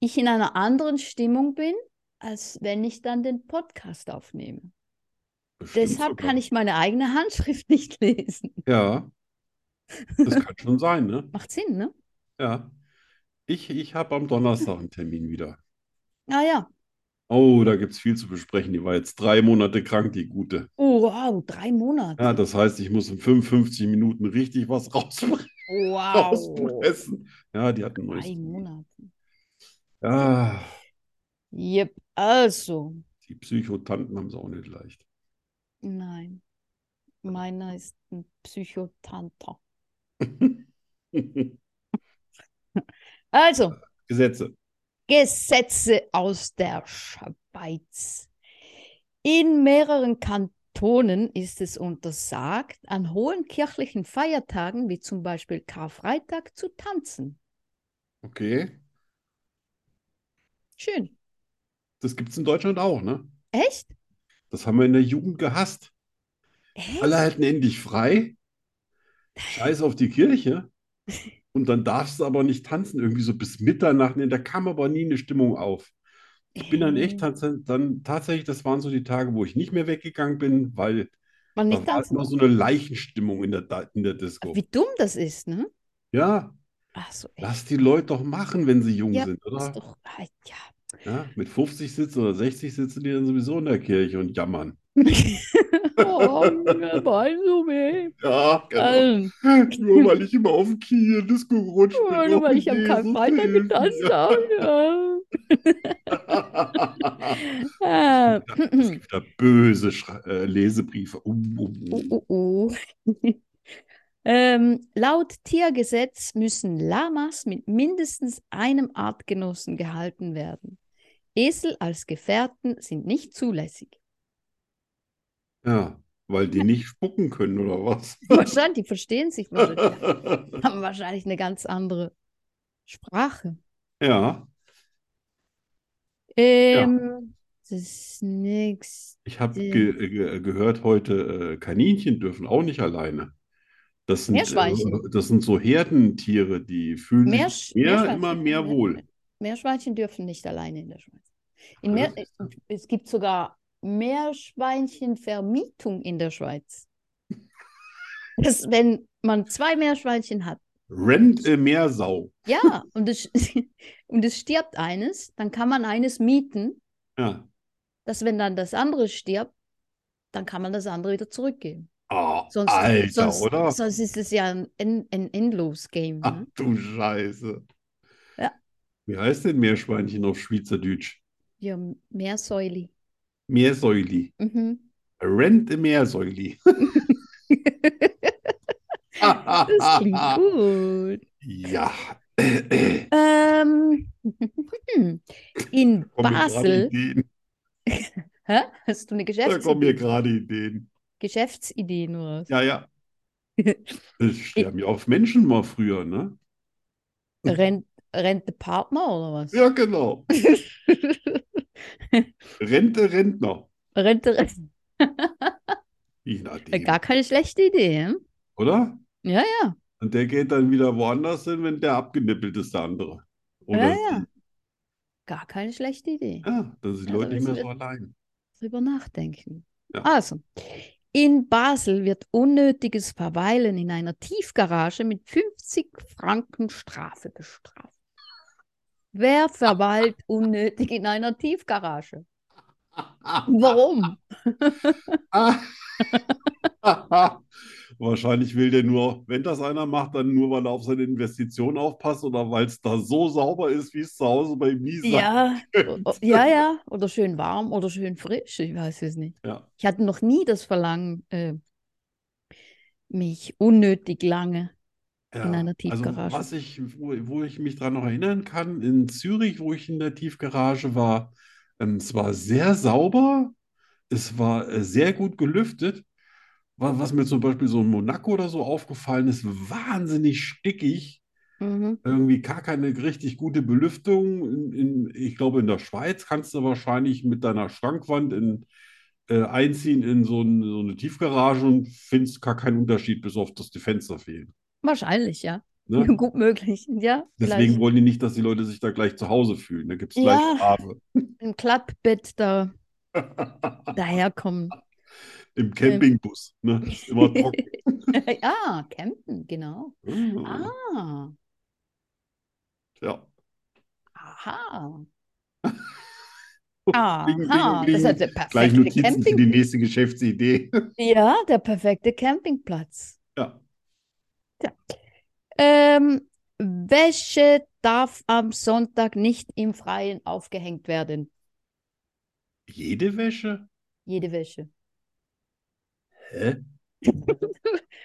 Speaker 1: ich in einer anderen Stimmung bin, als wenn ich dann den Podcast aufnehme.
Speaker 2: bestimmt
Speaker 1: Deshalb
Speaker 2: sogar.
Speaker 1: kann ich meine eigene Handschrift (laughs) nicht lesen.
Speaker 2: Ja, das kann schon sein, ne?
Speaker 1: Macht Sinn, ne?
Speaker 2: Ja. Ich, ich habe am Donnerstag einen Termin wieder.
Speaker 1: Ah ja.
Speaker 2: Oh, da gibt es viel zu besprechen. Die war jetzt drei Monate krank, die gute.
Speaker 1: Oh, wow, drei Monate.
Speaker 2: Ja, das heißt, ich muss in 55 Minuten richtig was rausbringen.
Speaker 1: Wow.
Speaker 2: rauspressen. Ja, die hat ein neues.
Speaker 1: Drei Monate.
Speaker 2: Ja,
Speaker 1: Yep, also.
Speaker 2: die Psychotanten haben es auch nicht leicht. (laughs)
Speaker 1: Nein. Meiner ist ein Psychotanter. Also,
Speaker 2: Gesetze.
Speaker 1: Gesetze aus der Schweiz. In mehreren Kantonen ist es untersagt, an hohen kirchlichen Feiertagen wie zum Beispiel Karfreitag zu tanzen.
Speaker 2: Okay.
Speaker 1: Schön.
Speaker 2: Das gibt es in Deutschland auch, ne?
Speaker 1: Echt?
Speaker 2: Das haben wir in der Jugend gehasst.
Speaker 1: Echt?
Speaker 2: Alle hatten endlich frei. Scheiß auf
Speaker 1: (laughs)
Speaker 2: die Kirche. Und dann darfst du aber nicht tanzen, irgendwie so bis Mitternacht. Nee, da kam aber nie eine Stimmung auf. Ich bin dann echt
Speaker 1: Äh,
Speaker 2: tats dann tatsächlich, das waren so die Tage, wo ich nicht mehr weggegangen bin, weil
Speaker 1: Man
Speaker 2: da
Speaker 1: nicht
Speaker 2: war
Speaker 1: tanzen
Speaker 2: immer
Speaker 1: darf.
Speaker 2: Also halt so eine Leichenstimmung in der, Da- in der Disco.
Speaker 1: Wie dumm das ist, ne?
Speaker 2: Ja,
Speaker 1: Ach so, echt.
Speaker 2: lass die Leute doch machen, wenn sie jung
Speaker 1: Ja,
Speaker 2: sind,
Speaker 1: ist
Speaker 2: oder?
Speaker 1: doch. ah, Ja.
Speaker 2: Ja, mit 50 sitzen oder 60 sitzen die dann sowieso in der Kirche und jammern.
Speaker 1: Oh, mir war so weh.
Speaker 2: Ja, genau.
Speaker 1: Ähm,
Speaker 2: (laughs) Nur weil ich immer auf dem Knie in Disco gerutscht bin.
Speaker 1: nur
Speaker 2: oh,
Speaker 1: weil ich am
Speaker 2: Jesus,
Speaker 1: Karfreitag
Speaker 2: hilf
Speaker 1: getanzt habe. Ah.
Speaker 2: mir.
Speaker 1: (laughs) Ja. Äh,
Speaker 2: Es gibt da böse Schra äh, Lesebriefe. Uh, uh,
Speaker 1: Oh,
Speaker 2: uh.
Speaker 1: oh, oh. (laughs) Ähm, laut Tiergesetz müssen Lamas mit mindestens einem Artgenossen gehalten werden. Esel als Gefährten sind nicht zulässig. oh.
Speaker 2: Ja, weil die nicht spucken können, oder was? (laughs)
Speaker 1: Wahrscheinlich, die verstehen sich wahrscheinlich. haben wahrscheinlich eine ganz andere Sprache.
Speaker 2: Ja,
Speaker 1: Ähm, das nächste.
Speaker 2: ich habe ge ge gehört heute, äh, Kaninchen dürfen auch nicht alleine. Das sind,
Speaker 1: Meerschweinchen.
Speaker 2: äh, das sind so Herdentiere, die fühlen
Speaker 1: Meersch
Speaker 2: sich mehr, immer
Speaker 1: Meerschweinchen,
Speaker 2: mehr
Speaker 1: Meer-
Speaker 2: wohl.
Speaker 1: Meerschweinchen dürfen nicht alleine in der Schweiz. In
Speaker 2: Ja,
Speaker 1: Meer,
Speaker 2: siehst du.
Speaker 1: es gibt sogar Meerschweinchenvermietung in der
Speaker 2: (laughs)
Speaker 1: Schweiz. Das, wenn man zwei Meerschweinchen hat,
Speaker 2: Rent äh, Meersau.
Speaker 1: ja, und es, (laughs) und es stirbt eines, dann kann man eines mieten,
Speaker 2: Ja.
Speaker 1: dass wenn dann das andere stirbt, dann kann man das andere wieder zurückgeben.
Speaker 2: Ah,
Speaker 1: Sonst,
Speaker 2: Alter,
Speaker 1: sonst,
Speaker 2: oder? Ah.
Speaker 1: sonst ist es ja ein, en- ein endlos Game.
Speaker 2: (laughs) Ach
Speaker 1: Ne?
Speaker 2: du Scheiße.
Speaker 1: Ja.
Speaker 2: Wie heißt denn Meerschweinchen auf Schweizerdeutsch?
Speaker 1: Ja, mehr Säule.
Speaker 2: Meersäuli. (laughs)
Speaker 1: Mhm.
Speaker 2: Rent Meersäuli.
Speaker 1: (laughs) Das klingt gut.
Speaker 2: (laughs) Ja. (clears throat)
Speaker 1: Ähm, hm. in
Speaker 2: Kommen mir gerade
Speaker 1: Basel,
Speaker 2: Ideen.
Speaker 1: hä? Hast du eine
Speaker 2: Da kommen
Speaker 1: Geschäftsidee?
Speaker 2: mir gerade Ideen.
Speaker 1: Geschäftsidee nur.
Speaker 2: Ja, ja. Es sterben ja auch Menschen mal früher, ne?
Speaker 1: (laughs) Rent, Rente Partner oder was?
Speaker 2: (laughs) Ja, genau. Rente, Rentner.
Speaker 1: (laughs) Rente,
Speaker 2: (laughs)
Speaker 1: Rente.
Speaker 2: Je nachdem,
Speaker 1: Gar keine schlechte Idee. Hm?
Speaker 2: oder?
Speaker 1: Ja, ja.
Speaker 2: Und der geht dann wieder woanders hin, wenn der abgenippelt ist, der andere.
Speaker 1: Ja,
Speaker 2: Oder
Speaker 1: ja. Gar keine schlechte Idee.
Speaker 2: Ja, dann sind die
Speaker 1: Ja,
Speaker 2: Leute
Speaker 1: dann
Speaker 2: nicht mehr
Speaker 1: ist-
Speaker 2: so allein.
Speaker 1: drüber nachdenken.
Speaker 2: Ja.
Speaker 1: Also, in Basel wird unnötiges Verweilen in einer Tiefgarage mit 50 Franken Strafe bestraft. Wer
Speaker 2: (laughs)
Speaker 1: verweilt unnötig in einer Tiefgarage?
Speaker 2: (laughs)
Speaker 1: Warum?
Speaker 2: Wahrscheinlich will der nur, wenn das einer macht, dann nur, weil er auf seine Investition aufpasst oder weil es da so sauber ist, wie es zu Hause bei ihm nie sein
Speaker 1: Ja, o-
Speaker 2: könnte.
Speaker 1: o- ja, ja. Oder schön warm oder schön frisch. Ich weiß es nicht.
Speaker 2: Ja.
Speaker 1: Ich hatte noch nie das Verlangen, äh, mich unnötig lange
Speaker 2: Ja,
Speaker 1: in einer
Speaker 2: also
Speaker 1: Tiefgarage.
Speaker 2: was ich, wo, wo ich mich dran noch erinnern kann, in Zürich, wo ich in der Tiefgarage war, ähm, es war sehr sauber, es war äh, sehr gut gelüftet. Was, was mir zum Beispiel so in Monaco oder so aufgefallen ist, wahnsinnig stickig,
Speaker 1: Mhm.
Speaker 2: irgendwie gar keine richtig gute Belüftung. In, in, ich glaube, in der Schweiz kannst du wahrscheinlich mit deiner Schrankwand in, äh, einziehen in so, ein, so eine Tiefgarage und findest gar keinen Unterschied, bis auf dass die Fenster fehlen.
Speaker 1: Wahrscheinlich, ja.
Speaker 2: Ne?
Speaker 1: (laughs) Gut möglich. Ja,
Speaker 2: Deswegen
Speaker 1: vielleicht.
Speaker 2: wollen die nicht, dass die Leute sich da gleich zu Hause fühlen. Da gibt es gleich
Speaker 1: Ja. (laughs)
Speaker 2: Strafe.
Speaker 1: Im Klappbett da
Speaker 2: (laughs)
Speaker 1: daherkommen.
Speaker 2: Im Campingbus. Ne?
Speaker 1: (laughs)
Speaker 2: Ist immer trocken.
Speaker 1: ja, Ah, campen, genau.
Speaker 2: Ah,
Speaker 1: Ah,
Speaker 2: ja.
Speaker 1: aha.
Speaker 2: (laughs) Ding, ding,
Speaker 1: Aha, das
Speaker 2: ding.
Speaker 1: ist der
Speaker 2: Gleich
Speaker 1: perfekte
Speaker 2: Notizen für die
Speaker 1: Camping.
Speaker 2: nächste Geschäftsidee. (laughs)
Speaker 1: Ja, der perfekte Campingplatz.
Speaker 2: Ja.
Speaker 1: Ähm, Wäsche darf am Sonntag nicht im Freien aufgehängt werden.
Speaker 2: Jede Wäsche?
Speaker 1: Jede Wäsche.
Speaker 2: Hä?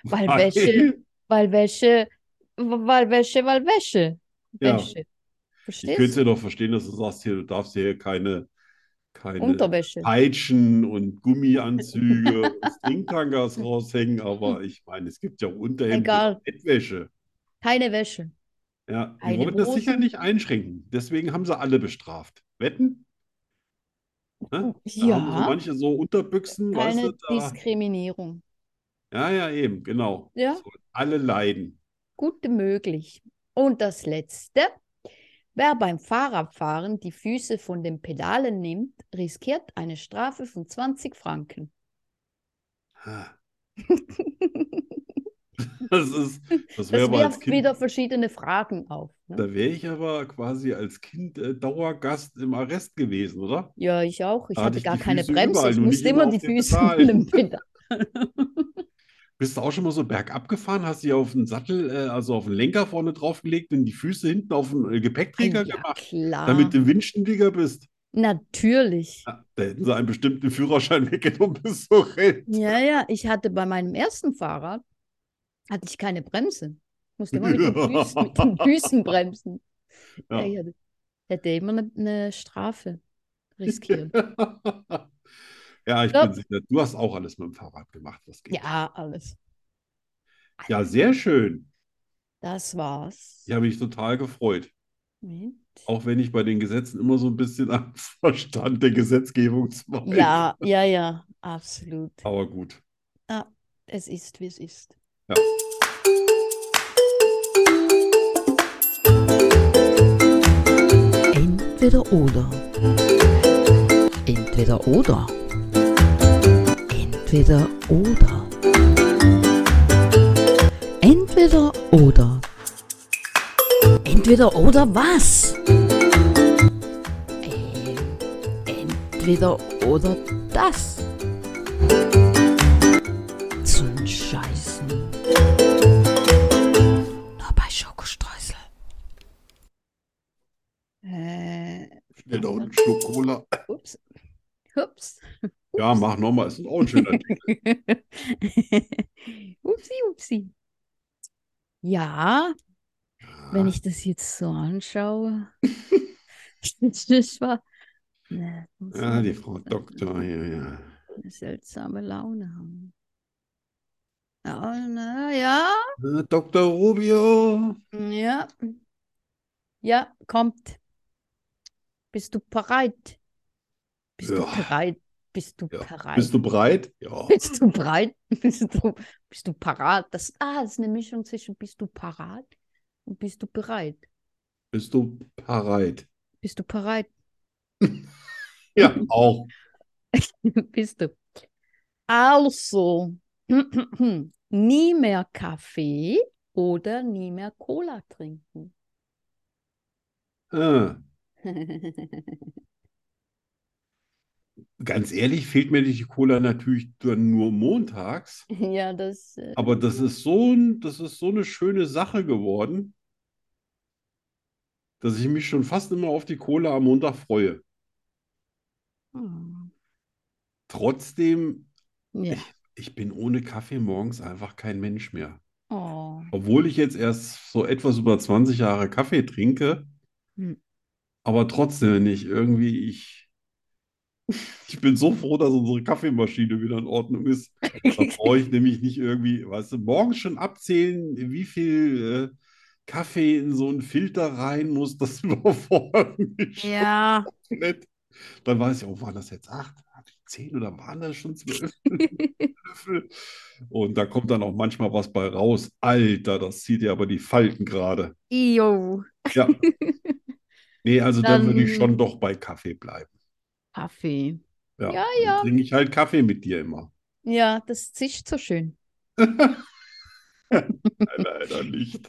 Speaker 1: Weil
Speaker 2: Nein.
Speaker 1: Wäsche, weil Wäsche, weil Wäsche, weil Wäsche.
Speaker 2: Ja.
Speaker 1: Wäsche.
Speaker 2: Ich
Speaker 1: Verstehst
Speaker 2: könnte es ja doch verstehen, dass du sagst, hier, du darfst hier keine,
Speaker 1: du?
Speaker 2: keine
Speaker 1: Unterwäsche.
Speaker 2: Peitschen und Gummianzüge und (laughs) Stringtangas raushängen, aber ich meine, es gibt ja auch Unterhemden
Speaker 1: Egal.
Speaker 2: und Bettwäche.
Speaker 1: Keine Wäsche.
Speaker 2: Ja, die
Speaker 1: Keine
Speaker 2: wollten das
Speaker 1: Hosen.
Speaker 2: sicher nicht einschränken. Deswegen haben sie alle bestraft. Wetten? Ne? Da haben so
Speaker 1: Ja,
Speaker 2: manche so Unterbüchsen, weißt
Speaker 1: keine
Speaker 2: du, da.
Speaker 1: Diskriminierung.
Speaker 2: Ja, ja, eben, genau.
Speaker 1: Ja.
Speaker 2: So, alle leiden.
Speaker 1: Gut möglich. Und das Letzte. Wer beim Fahrradfahren die Füße von den Pedalen nimmt, riskiert eine Strafe von 20 Franken. (laughs)
Speaker 2: Ha. Das ist,
Speaker 1: (laughs)
Speaker 2: das wäre
Speaker 1: Das
Speaker 2: aber als
Speaker 1: wirft
Speaker 2: Kind,
Speaker 1: wieder verschiedene Fragen auf. Ne?
Speaker 2: da wäre ich aber quasi als Kind äh, Dauergast im Arrest gewesen, oder?
Speaker 1: Ja, ich auch. Ich
Speaker 2: Da
Speaker 1: hatte
Speaker 2: hatte ich
Speaker 1: gar
Speaker 2: die
Speaker 1: keine
Speaker 2: Füße
Speaker 1: Bremse.
Speaker 2: überall,
Speaker 1: Ich
Speaker 2: nur
Speaker 1: musste
Speaker 2: nicht
Speaker 1: immer
Speaker 2: immer
Speaker 1: die
Speaker 2: auf den
Speaker 1: Füße von
Speaker 2: Pedalen.
Speaker 1: den
Speaker 2: (laughs)
Speaker 1: Pedalen.
Speaker 2: Bist du auch schon mal so bergab gefahren? Hast dich auf den Sattel, äh, also auf den Lenker vorne draufgelegt und die Füße hinten auf den äh, Gepäckträger
Speaker 1: Ja,
Speaker 2: gemacht,
Speaker 1: klar.
Speaker 2: damit du Ah. windständiger bist?
Speaker 1: Natürlich.
Speaker 2: Ja, da hätten sie einen bestimmten Führerschein (laughs) um weggenommen bis so rennt.
Speaker 1: Ja, ja. Ich hatte bei meinem ersten Fahrrad hatte ich keine Bremse. Ich musste immer mit den Füßen, mit
Speaker 2: (laughs)
Speaker 1: den Füßen bremsen. Ja.
Speaker 2: Ja.
Speaker 1: ich hatte, hätte immer eine, eine Strafe riskiert.
Speaker 2: (laughs) Ja, ich
Speaker 1: Ja.
Speaker 2: bin sicher, du hast auch alles mit dem Fahrrad gemacht, was geht.
Speaker 1: Ja, alles.
Speaker 2: Ja, sehr schön.
Speaker 1: Das war's. Hm?
Speaker 2: Ich habe mich total gefreut.
Speaker 1: Moment.
Speaker 2: Auch wenn ich bei den Gesetzen immer so ein bisschen am (laughs) Verstand der Gesetzgebung zweifle.
Speaker 1: Ja, ja, ja, absolut.
Speaker 2: Aber gut.
Speaker 1: Es ist, wie es ist.
Speaker 3: Entweder oder. Entweder oder. Entweder oder. Entweder oder. Entweder oder was? Ähm, Entweder oder das. Zum Scheißen. Nur bei Schokostreusel.
Speaker 1: Äh,
Speaker 2: Schnell noch einen Schluck Genau, Cola.
Speaker 1: ups. Ups. (laughs)
Speaker 2: Ja, mach nochmal. Ist auch ein schöner Tipp.
Speaker 1: upsi, upsi. Ja, wenn ich das jetzt so anschaue. das war ne, muss
Speaker 2: Ja, die
Speaker 1: man
Speaker 2: Frau Doktor hier, ja.
Speaker 1: eine seltsame Laune haben. Ja, na, ja,
Speaker 2: Äh, Dr. Rubio.
Speaker 1: Ja. Ja, kommt. Bist du bereit? Bist du
Speaker 2: Ja.
Speaker 1: bereit? Bist du
Speaker 2: Ja.
Speaker 1: bereit?
Speaker 2: Bist du bereit?
Speaker 1: (laughs)
Speaker 2: Ja.
Speaker 1: Bist du bereit? Bist du, bist du parat? Das, ah, das ist eine Mischung zwischen bist du parat und bist du bereit?
Speaker 2: Bist du bereit?
Speaker 1: Bist du bereit? (laughs)
Speaker 2: Ja, auch.
Speaker 1: Bist du. Also, (clears throat) nie mehr Kaffee oder nie mehr Cola trinken. (laughs)
Speaker 2: Äh, ganz ehrlich, fehlt mir die Cola natürlich dann nur montags.
Speaker 1: Ja, das. äh,
Speaker 2: Aber das ist so ein, das ist so eine schöne Sache geworden, dass ich mich schon fast immer auf die Cola am Montag freue.
Speaker 1: hm.
Speaker 2: Trotzdem,
Speaker 1: Ja.
Speaker 2: ich bin ohne Kaffee morgens einfach kein Mensch mehr.
Speaker 1: Oh.
Speaker 2: Obwohl ich jetzt erst so etwas über 20 Jahre Kaffee trinke,
Speaker 1: Hm.
Speaker 2: aber trotzdem nicht. Irgendwie, ich, (laughs) ich bin so froh, dass unsere Kaffeemaschine wieder in Ordnung ist. Da
Speaker 1: (laughs)
Speaker 2: brauche ich nämlich nicht irgendwie, weißt du, morgens schon abzählen, wie viel äh, Kaffee in so einen Filter rein muss, das (laughs) überfordert mich
Speaker 1: Oh,
Speaker 2: schon
Speaker 1: Ja.
Speaker 2: komplett. Dann weiß ich, oh, waren das jetzt acht, hatte ich zehn oder waren das
Speaker 1: (laughs)
Speaker 2: schon zwölf (laughs) Löffel? Und da kommt dann auch manchmal was bei raus. Alter, das zieht dir aber die Falten gerade.
Speaker 1: Jo.
Speaker 2: Ja. Nee, also dann würde ich
Speaker 1: Dann-
Speaker 2: schon doch bei Kaffee bleiben.
Speaker 3: Kaffee.
Speaker 2: Ja,
Speaker 1: Ja,
Speaker 2: dann
Speaker 1: ja.
Speaker 2: trinke ich halt Kaffee mit
Speaker 1: (laughs)
Speaker 2: dir immer.
Speaker 1: Ja, das zischt so schön. (laughs)
Speaker 2: Leider nicht.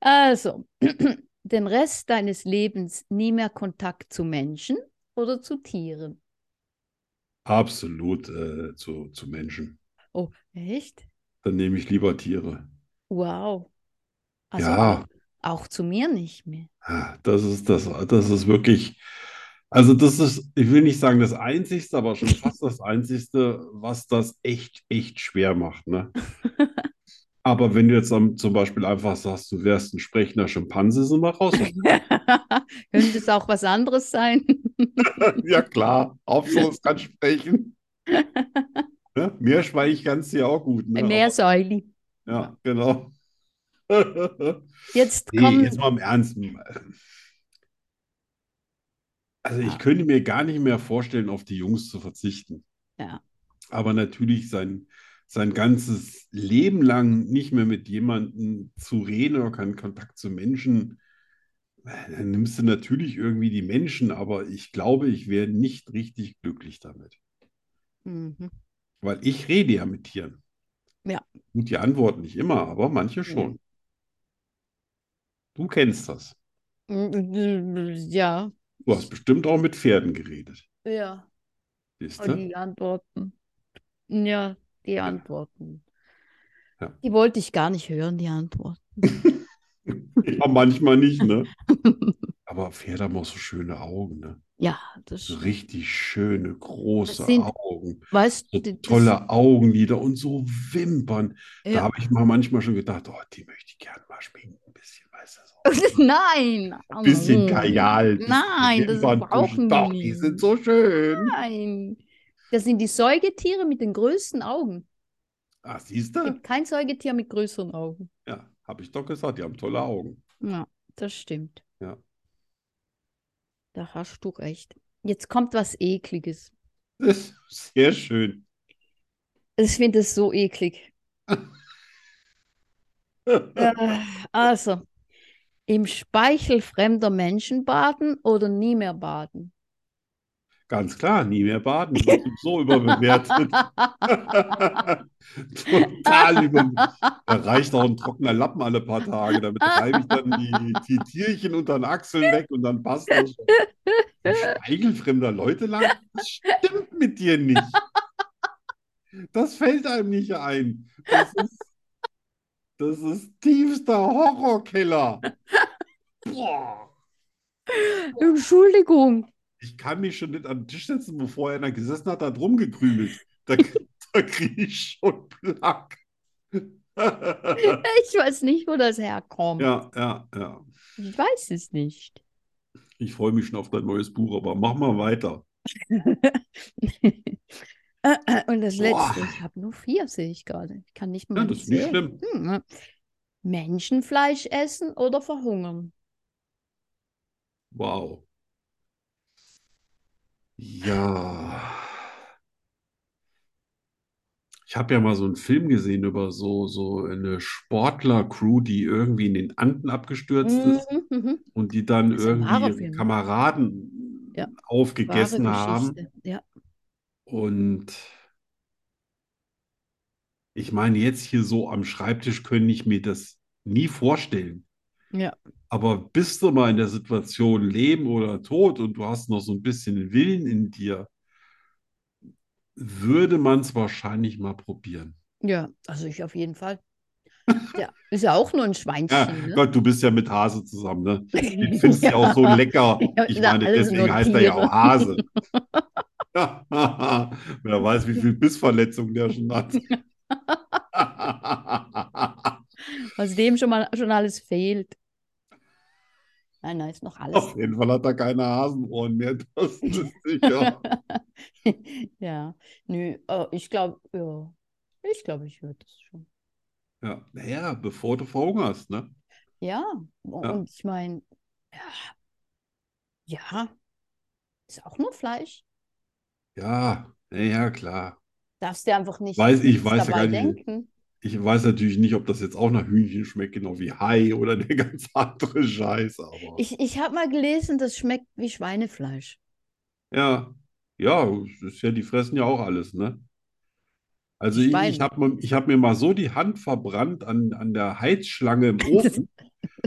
Speaker 1: Also, (clears throat) den Rest deines Lebens nie mehr Kontakt zu Menschen oder zu Tieren.
Speaker 2: Absolut äh, zu, zu Menschen.
Speaker 1: Oh, echt?
Speaker 2: Dann nehme ich lieber Tiere.
Speaker 1: Wow. Also
Speaker 2: Ja,
Speaker 1: auch zu mir nicht mehr. (laughs)
Speaker 2: ah, das ist das, das ist wirklich, also das ist, ich will nicht sagen das Einzigste, aber schon fast das Einzigste, was das echt, echt schwer macht, ne? Aber wenn du jetzt am, zum Beispiel einfach sagst, du wärst ein sprechender Schimpanse, sind wir raus.
Speaker 1: Könnte es auch was anderes sein?
Speaker 2: Ja klar, Hauptsache es kann sprechen. Ne? Meerschweinchen kannst du ja auch gut, ne?
Speaker 1: Ein Meersäuli.
Speaker 2: Aber, ja, genau.
Speaker 1: (laughs) Jetzt
Speaker 2: Nee,
Speaker 1: kommen.
Speaker 2: jetzt mal im Ernst. Also ich könnte mir gar nicht mehr vorstellen, auf die Jungs zu verzichten.
Speaker 1: Ja.
Speaker 2: Aber natürlich sein, sein ganzes Leben lang nicht mehr mit jemandem zu reden oder keinen Kontakt zu Menschen, äh, dann nimmst du natürlich irgendwie die Menschen, aber ich glaube, ich wäre nicht richtig glücklich damit.
Speaker 1: Mhm.
Speaker 2: Weil ich rede ja mit Tieren.
Speaker 1: Ja.
Speaker 2: Gut, die antworten nicht immer, aber manche schon. Du kennst das.
Speaker 1: Ja.
Speaker 2: Du hast bestimmt auch mit Pferden geredet.
Speaker 1: Ja.
Speaker 2: Siehst
Speaker 1: Und
Speaker 2: du?
Speaker 1: die Antworten. Ja, die Antworten.
Speaker 2: Ja.
Speaker 1: Die wollte ich gar nicht hören, die Antworten. Oh
Speaker 2: Ja, manchmal
Speaker 1: (laughs)
Speaker 2: nicht, ne? Aber Pferde haben auch so schöne Augen, ne?
Speaker 1: Ja, das
Speaker 2: So richtig schöne, große
Speaker 1: Das sind-
Speaker 2: Augen.
Speaker 1: weißt
Speaker 2: So
Speaker 1: du, das-
Speaker 2: tolle Augenlider und so Wimpern. Da
Speaker 1: Ja.
Speaker 2: habe ich mal manchmal schon gedacht, oh, die möchte ich gerne mal schminken, ein bisschen, weißt du,
Speaker 1: (laughs)
Speaker 2: so.
Speaker 1: (laughs) Nein.
Speaker 2: Ein bisschen
Speaker 1: Hm.
Speaker 2: Kajal, ein bisschen
Speaker 1: Nein, das
Speaker 2: Wimpern
Speaker 1: brauchen
Speaker 2: pushen.
Speaker 1: die
Speaker 2: Doch, die
Speaker 1: nicht.
Speaker 2: sind so schön.
Speaker 1: Nein. Das sind die Säugetiere mit den größten Augen.
Speaker 2: Ah, siehst
Speaker 1: Es
Speaker 2: du?
Speaker 1: gibt kein Säugetier mit größeren Augen.
Speaker 2: Ja, habe ich doch gesagt, die haben tolle Augen.
Speaker 1: Ja, das stimmt.
Speaker 2: Ja.
Speaker 1: Da hast du recht. Jetzt kommt was Ekliges.
Speaker 2: (laughs) Das ist sehr schön.
Speaker 1: Ich finde es so eklig. Äh, also, im Speichel fremder Menschen baden oder nie mehr baden?
Speaker 2: (laughs) Ganz klar, nie mehr baden. Ich bin so (laughs) überbewertet. Total über. Da reicht auch ein trockener Lappen alle paar Tage. Damit reibe ich dann die, die Tierchen unter den Achseln weg und dann passt das schon. Im Speichel fremder Leute lang? Das stimmt mit dir nicht. Das fällt einem nicht ein. Das ist, das ist tiefster Horrorkeller. Boah.
Speaker 1: Entschuldigung.
Speaker 2: Ich kann mich schon nicht an den Tisch setzen, bevor einer gesessen hat, hat rumgekrümelt. Da, (laughs) da kriege ich schon Plack. (laughs) ja,
Speaker 1: Ich weiß nicht, wo das herkommt.
Speaker 2: ja, ja.
Speaker 1: Ich weiß es nicht.
Speaker 2: Ich freue mich schon auf dein neues Buch, aber mach mal weiter.
Speaker 1: Äh, äh, (laughs) Und das
Speaker 2: Boah.
Speaker 1: letzte, ich habe nur vier, sehe ich gerade. Ich kann nicht mal
Speaker 2: Ja, das ist nicht schlimm.
Speaker 1: Hm. Menschenfleisch essen oder verhungern?
Speaker 2: Wow. Ja. Ich habe ja mal so einen Film gesehen über so, so eine Sportler-Crew, die irgendwie in den Anden abgestürzt ist.
Speaker 1: Mhm, mhm.
Speaker 2: und die dann
Speaker 1: Das ist ein wahrer
Speaker 2: irgendwie ihre
Speaker 1: Film.
Speaker 2: Kameraden
Speaker 1: Ja. Wahre
Speaker 2: aufgegessen haben.
Speaker 1: Geschichte. Ja.
Speaker 2: Und ich meine, jetzt hier so am Schreibtisch könnte ich mir das nie vorstellen.
Speaker 1: Ja.
Speaker 2: Aber bist du mal in der Situation Leben oder Tod und du hast noch so ein bisschen Willen in dir, würde man es wahrscheinlich mal probieren.
Speaker 1: ja, also ich auf jeden
Speaker 2: (laughs)
Speaker 1: Fall. Ja, ist ja auch nur ein
Speaker 2: Ja,
Speaker 1: Schweinchen. ne?
Speaker 2: Gott, du bist ja mit Hase zusammen, ne? Den findest du
Speaker 1: (laughs)
Speaker 2: ja auch so lecker.
Speaker 1: Ja,
Speaker 2: Ich
Speaker 1: na,
Speaker 2: meine,
Speaker 1: alles
Speaker 2: deswegen
Speaker 1: nur
Speaker 2: heißt er ja
Speaker 1: Tiere.
Speaker 2: auch Hase. (laughs) Wer weiß, wie viel Bissverletzungen der schon hat.
Speaker 1: was dem schon mal schon alles fehlt. Nein, nein, ist noch alles.
Speaker 2: (laughs) Auf jeden Fall hat er keine Hasenohren mehr, (laughs) das ist sicher.
Speaker 1: (laughs) ja, nö, äh, ich glaube, ja, ich glaube, ich würde das schon.
Speaker 2: Ja, naja, bevor du verhungerst, ne?
Speaker 1: Ja, und und ich meine, ja, ja, ist auch nur Fleisch.
Speaker 2: Ja, naja, klar.
Speaker 1: Darfst dir einfach nicht
Speaker 2: Weiß ich,
Speaker 1: nichts
Speaker 2: weiß ja
Speaker 1: dabei
Speaker 2: gar nicht.
Speaker 1: denken.
Speaker 2: Ich weiß natürlich nicht, ob das jetzt auch nach Hühnchen schmeckt, genau wie Hai oder der (laughs) ganz andere Scheiß, aber
Speaker 1: Ich, ich habe mal gelesen, das schmeckt wie Schweinefleisch.
Speaker 2: ja, ja, es ist ja, die fressen ja auch alles, ne? Also
Speaker 1: Die
Speaker 2: ich, ich
Speaker 1: Schweine.
Speaker 2: habe ich hab mir mal so die Hand verbrannt an, an der Heizschlange im Ofen.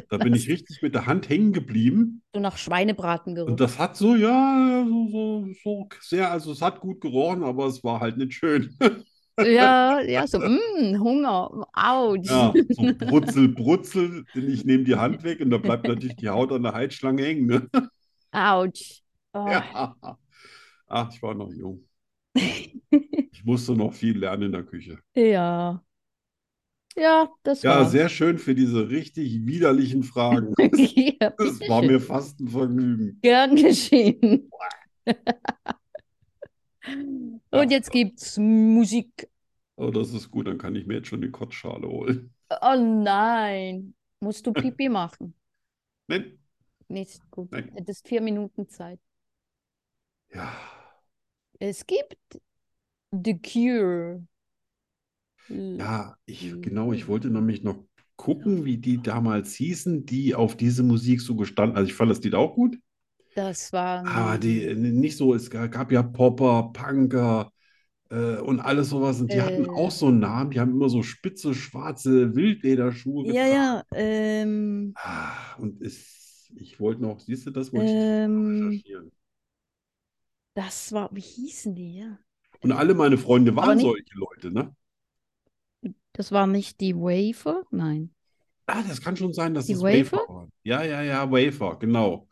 Speaker 2: Da bin ich richtig mit der Hand hängen geblieben.
Speaker 1: So nach Schweinebraten
Speaker 2: Und
Speaker 1: gerochen.
Speaker 2: das hat so, ja, so, so, so sehr, also es hat gut gerochen, aber es war halt nicht schön. (laughs)
Speaker 1: Ja, ja, so, mm, Hunger, ouch.
Speaker 2: Ja, so brutzel, brutzel, denn ich nehme die Hand weg und da bleibt natürlich die Haut an der Heizschlange hängen, ne?
Speaker 1: Autsch. Oh.
Speaker 2: (laughs) Ja. Ach, ich war noch jung. Ich musste noch viel lernen in der Küche.
Speaker 1: Ja. Ja, das
Speaker 2: Ja,
Speaker 1: (laughs) war's.
Speaker 2: sehr schön für diese richtig
Speaker 1: (laughs)
Speaker 2: widerlichen Fragen.
Speaker 1: Ja,
Speaker 2: Das war
Speaker 1: bitteschön.
Speaker 2: mir fast ein Vergnügen.
Speaker 1: Gern
Speaker 2: (laughs)
Speaker 1: geschehen. Und jetzt gibt's Musik.
Speaker 2: Aber das ist gut, dann kann ich mir jetzt schon die Kotzschale holen.
Speaker 1: Oh nein. Musst du
Speaker 2: (laughs)
Speaker 1: Pipi machen?
Speaker 2: Nein?
Speaker 1: Nicht gut.
Speaker 2: Nein.
Speaker 1: Hättest vier Minuten Zeit.
Speaker 2: Ja.
Speaker 1: Es gibt The Cure. L-
Speaker 2: Ja,
Speaker 1: Hm.
Speaker 2: ich, genau, ich wollte nämlich noch gucken, wie die damals hießen, die auf diese Musik so gestanden. Also ich fand das Lied auch gut,
Speaker 1: Das war
Speaker 2: aber die
Speaker 1: Ah.
Speaker 2: äh, nicht so, es ga- gab ja Popper, Punker äh, und alles sowas. Und die hatten
Speaker 1: Äh.
Speaker 2: auch so einen Namen, die haben immer so spitze, schwarze Wildlederschuhe
Speaker 1: Ja,
Speaker 2: getragen.
Speaker 1: ja, ähm,
Speaker 2: Ah, und es, ich wollte noch, siehst du, das wollte ich
Speaker 1: Ähm.
Speaker 2: recherchieren.
Speaker 1: das war, wie hießen die, ja?
Speaker 2: Und alle meine Freunde
Speaker 1: Aber
Speaker 2: waren
Speaker 1: nicht-
Speaker 2: solche Leute, ne?
Speaker 1: Das war nicht die Wafer? Nein.
Speaker 2: Ah, das kann schon sein, dass
Speaker 1: Die
Speaker 2: es
Speaker 1: Wafer?
Speaker 2: waren. Ja, ja, ja, Wafer, genau.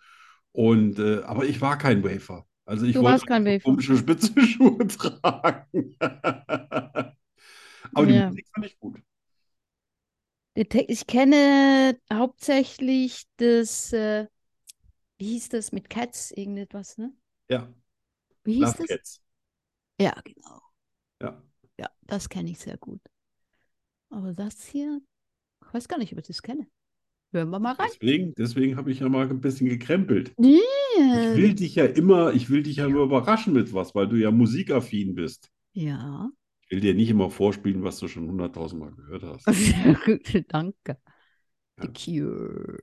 Speaker 2: Und äh, aber ich war kein Wafer. Also ich
Speaker 1: Du
Speaker 2: wollte
Speaker 1: warst kein
Speaker 2: einfach
Speaker 1: Wafer.
Speaker 2: komische spitze (laughs) Schuhe tragen. Aber die
Speaker 1: Ja.
Speaker 2: Musik fand ich gut.
Speaker 1: Die Te- Ich kenne hauptsächlich das, äh, wie hieß das mit Cats, irgendetwas, ne?
Speaker 2: Ja,
Speaker 1: Wie hieß
Speaker 2: Love
Speaker 1: das?
Speaker 2: Cats.
Speaker 1: Ja, genau.
Speaker 2: Ja.
Speaker 1: Ja, das kenne ich sehr gut. Aber das hier, ich weiß gar nicht, ob ich das kenne. Hören wir mal rein.
Speaker 2: Deswegen, deswegen habe ich ja mal ein bisschen gekrempelt. Ich
Speaker 1: Ja.
Speaker 2: will dich ja immer, ich will dich ja immer überraschen mit was, weil du ja musikaffin bist. (laughs)
Speaker 1: Ja,
Speaker 2: Ich will dir nicht immer vorspielen, was du schon hunderttausendmal gehört hast.
Speaker 1: (laughs) danke. The
Speaker 2: Ja.
Speaker 1: Cure.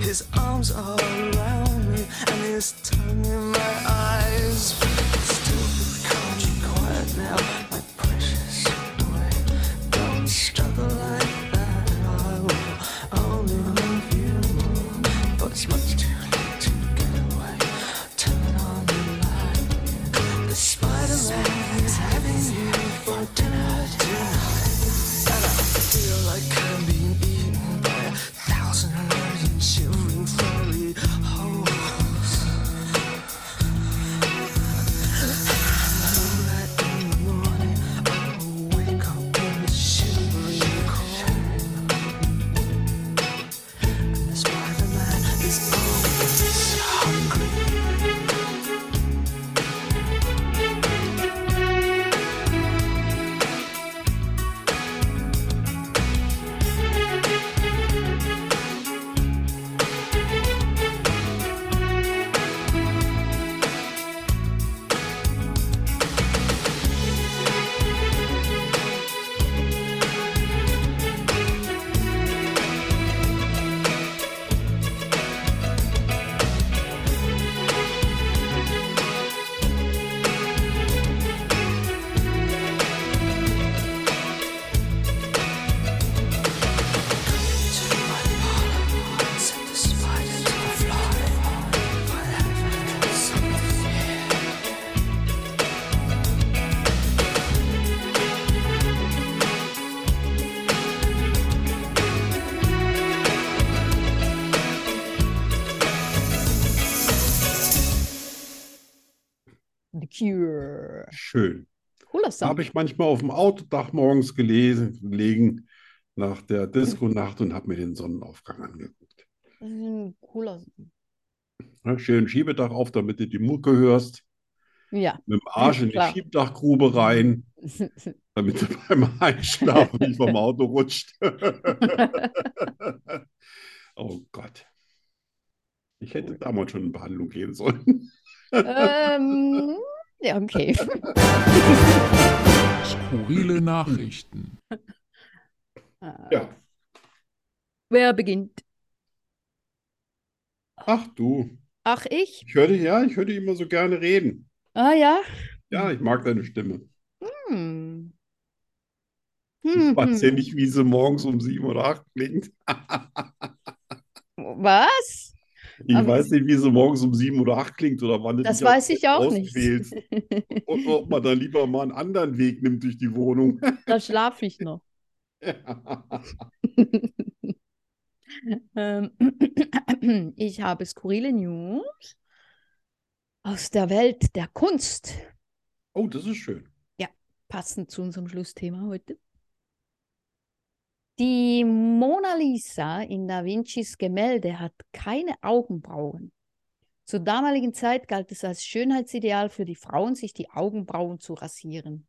Speaker 4: his arms all around me and his tongue in my eyes. Still, can't you quiet now, my precious boy? Don't struggle like that. I will only love you, but it's much too late to get away. Turn on the light. The Spider-Man is having you for dinner tonight, and I feel like I'm being eaten by a thousand lions shivering furry holes. Moonlight in the morning, I wake up in the shivering cold. The Spider-Man is always hungry.
Speaker 1: The Cure.
Speaker 2: Schön.
Speaker 1: Cooler Song.
Speaker 2: Habe ich manchmal auf dem Autodach morgens gelesen, gelegen nach der Disco-Nacht und habe mir den Sonnenaufgang angeguckt.
Speaker 1: Das ist ein cooler Song.
Speaker 2: Ja, Schön Schiebedach auf, damit du die Mucke hörst. (laughs)
Speaker 1: Ja.
Speaker 2: Mit dem Arsch in die
Speaker 1: Klar.
Speaker 2: Schiebdachgrube rein, damit du (laughs) beim Einschlafen nicht vom Auto
Speaker 1: (laughs)
Speaker 2: rutscht. Oh Gott. Ich hätte
Speaker 1: Oh
Speaker 2: damals schon in Behandlung gehen sollen.
Speaker 1: (laughs) ähm, ja, okay.
Speaker 5: Skurrile Nachrichten.
Speaker 2: Ja.
Speaker 1: Wer beginnt?
Speaker 2: Ach du,
Speaker 1: Ach, ich?
Speaker 2: ich höre dich, ja, ich höre dich immer so gerne reden.
Speaker 1: Ah ja.
Speaker 2: Ja, ich mag deine Stimme.
Speaker 1: Hm.
Speaker 2: Ich
Speaker 1: Hm,
Speaker 2: weiß ja
Speaker 1: hm.
Speaker 2: nicht, wie sie morgens um sieben oder acht klingt.
Speaker 1: Was?
Speaker 2: Ich
Speaker 1: Aber
Speaker 2: weiß nicht, wie sie morgens um sieben oder acht klingt oder wann du
Speaker 1: Das
Speaker 2: dich aus-
Speaker 1: weiß ich auch nicht. (laughs)
Speaker 2: auswählst. Und ob man dann lieber mal einen anderen Weg nimmt durch
Speaker 1: (laughs)
Speaker 2: die Wohnung. (laughs)
Speaker 1: Da schlafe ich (laughs) noch. Ähm, (clears throat) Ich habe skurrile News aus der Welt der Kunst,
Speaker 2: Oh, das ist schön.
Speaker 1: passend zu unserem Schlussthema heute. Die Mona Lisa in Da Vincis Gemälde hat keine Augenbrauen. Zur damaligen Zeit galt es als Schönheitsideal für die Frauen, sich die Augenbrauen zu rasieren.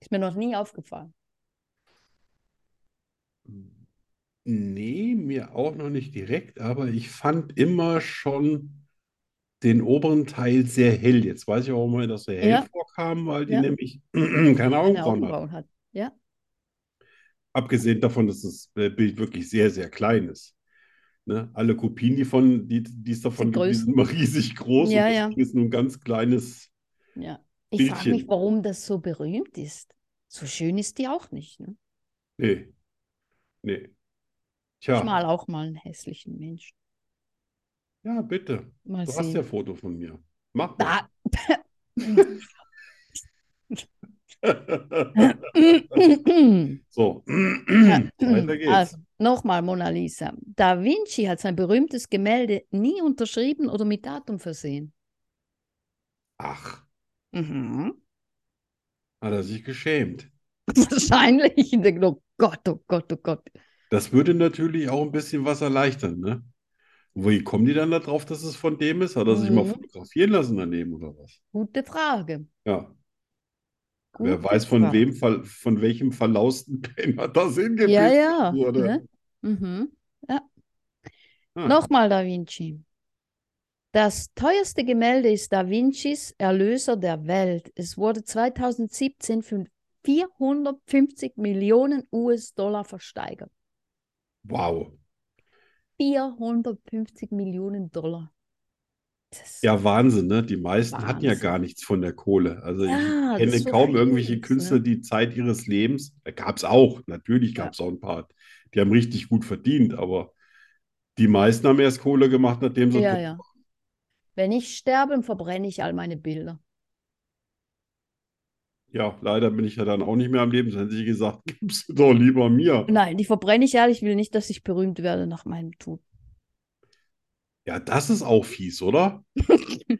Speaker 1: Ist mir noch nie aufgefallen.
Speaker 2: Nee, mir auch noch nicht direkt, aber ich fand immer schon den oberen Teil sehr hell. Jetzt weiß ich auch mal, dass er hell
Speaker 1: Ja.
Speaker 2: vorkam, weil die
Speaker 1: Ja.
Speaker 2: nämlich (clears throat) keine
Speaker 1: Keine
Speaker 2: Augenbrauen hat.
Speaker 1: Augenbrauen hat. Ja.
Speaker 2: Abgesehen davon, dass das äh, Bild wirklich sehr, sehr klein ist. Ne? Alle Kopien, die von, die, die es davon
Speaker 1: Sind
Speaker 2: gibt, die
Speaker 1: Größen.
Speaker 2: sind immer (laughs) riesig groß und
Speaker 1: Ja,
Speaker 2: das
Speaker 1: ja.
Speaker 2: Ding ist nur ein ganz kleines.
Speaker 1: Ja. Ich frage mich,
Speaker 2: Bildchen.
Speaker 1: warum das so berühmt ist. So schön ist die auch nicht. Ne?
Speaker 2: Nee. Nee.
Speaker 1: Ich
Speaker 2: Tja,
Speaker 1: mal auch mal einen hässlichen Menschen.
Speaker 2: ja, bitte.
Speaker 1: Mal
Speaker 2: Du hast
Speaker 1: sehen.
Speaker 2: ja Foto von mir. Mach mal.
Speaker 1: Da. (laughs) (clears throat)
Speaker 2: (laughs) (clears throat) So, (clears throat) weiter geht's.
Speaker 1: Also, nochmal Mona Lisa. Da Vinci hat sein berühmtes Gemälde nie unterschrieben oder mit Datum versehen.
Speaker 2: Ach,
Speaker 1: Mhm.
Speaker 2: hat er sich geschämt.
Speaker 1: (laughs) Wahrscheinlich. Ich denke, oh Gott, oh Gott, oh Gott.
Speaker 2: Das würde natürlich auch ein bisschen was erleichtern, ne? Wie kommen die dann darauf, dass es von dem ist? Hat er sich mal
Speaker 1: Mhm.
Speaker 2: fotografieren lassen daneben oder was?
Speaker 1: Gute Frage.
Speaker 2: Ja, wer
Speaker 1: Gute
Speaker 2: weiß, von
Speaker 1: Frage.
Speaker 2: wem, Ver- von welchem verlausten (laughs) Penner das hingepisst
Speaker 1: Ja, ja.
Speaker 2: wurde.
Speaker 1: Ne? Mhm.
Speaker 2: Ah,
Speaker 1: Nochmal Da Vinci. Das teuerste Gemälde ist Da Vincis Erlöser der Welt. Es wurde 2017 für 450 Millionen US-Dollar versteigert.
Speaker 2: wow.
Speaker 1: 450 Millionen Dollar. Das-
Speaker 2: Ja, Wahnsinn, ne? Die meisten hatten ja
Speaker 1: Wahnsinn.
Speaker 2: gar nichts von der Kohle. Also ich
Speaker 1: Ja, Ah, das
Speaker 2: kenne
Speaker 1: ist so
Speaker 2: kaum irgendwelche
Speaker 1: eins, ne?
Speaker 2: Künstler, die Zeit ihres Lebens, da gab es auch, natürlich
Speaker 1: Ja.
Speaker 2: gab es auch ein paar, die haben richtig gut verdient, aber die meisten haben erst Kohle gemacht, nachdem sie
Speaker 1: Ja, ja. Wenn ich sterbe, verbrenne ich all meine Bilder.
Speaker 2: Ja, leider bin ich ja dann auch nicht mehr am Leben. Sonst hätte ich gesagt, (laughs) gib's doch lieber mir.
Speaker 1: Nein, die verbrenne ich alle. Ich will nicht, dass ich berühmt werde nach meinem Tod.
Speaker 2: Ja, das ist auch fies, oder? (laughs)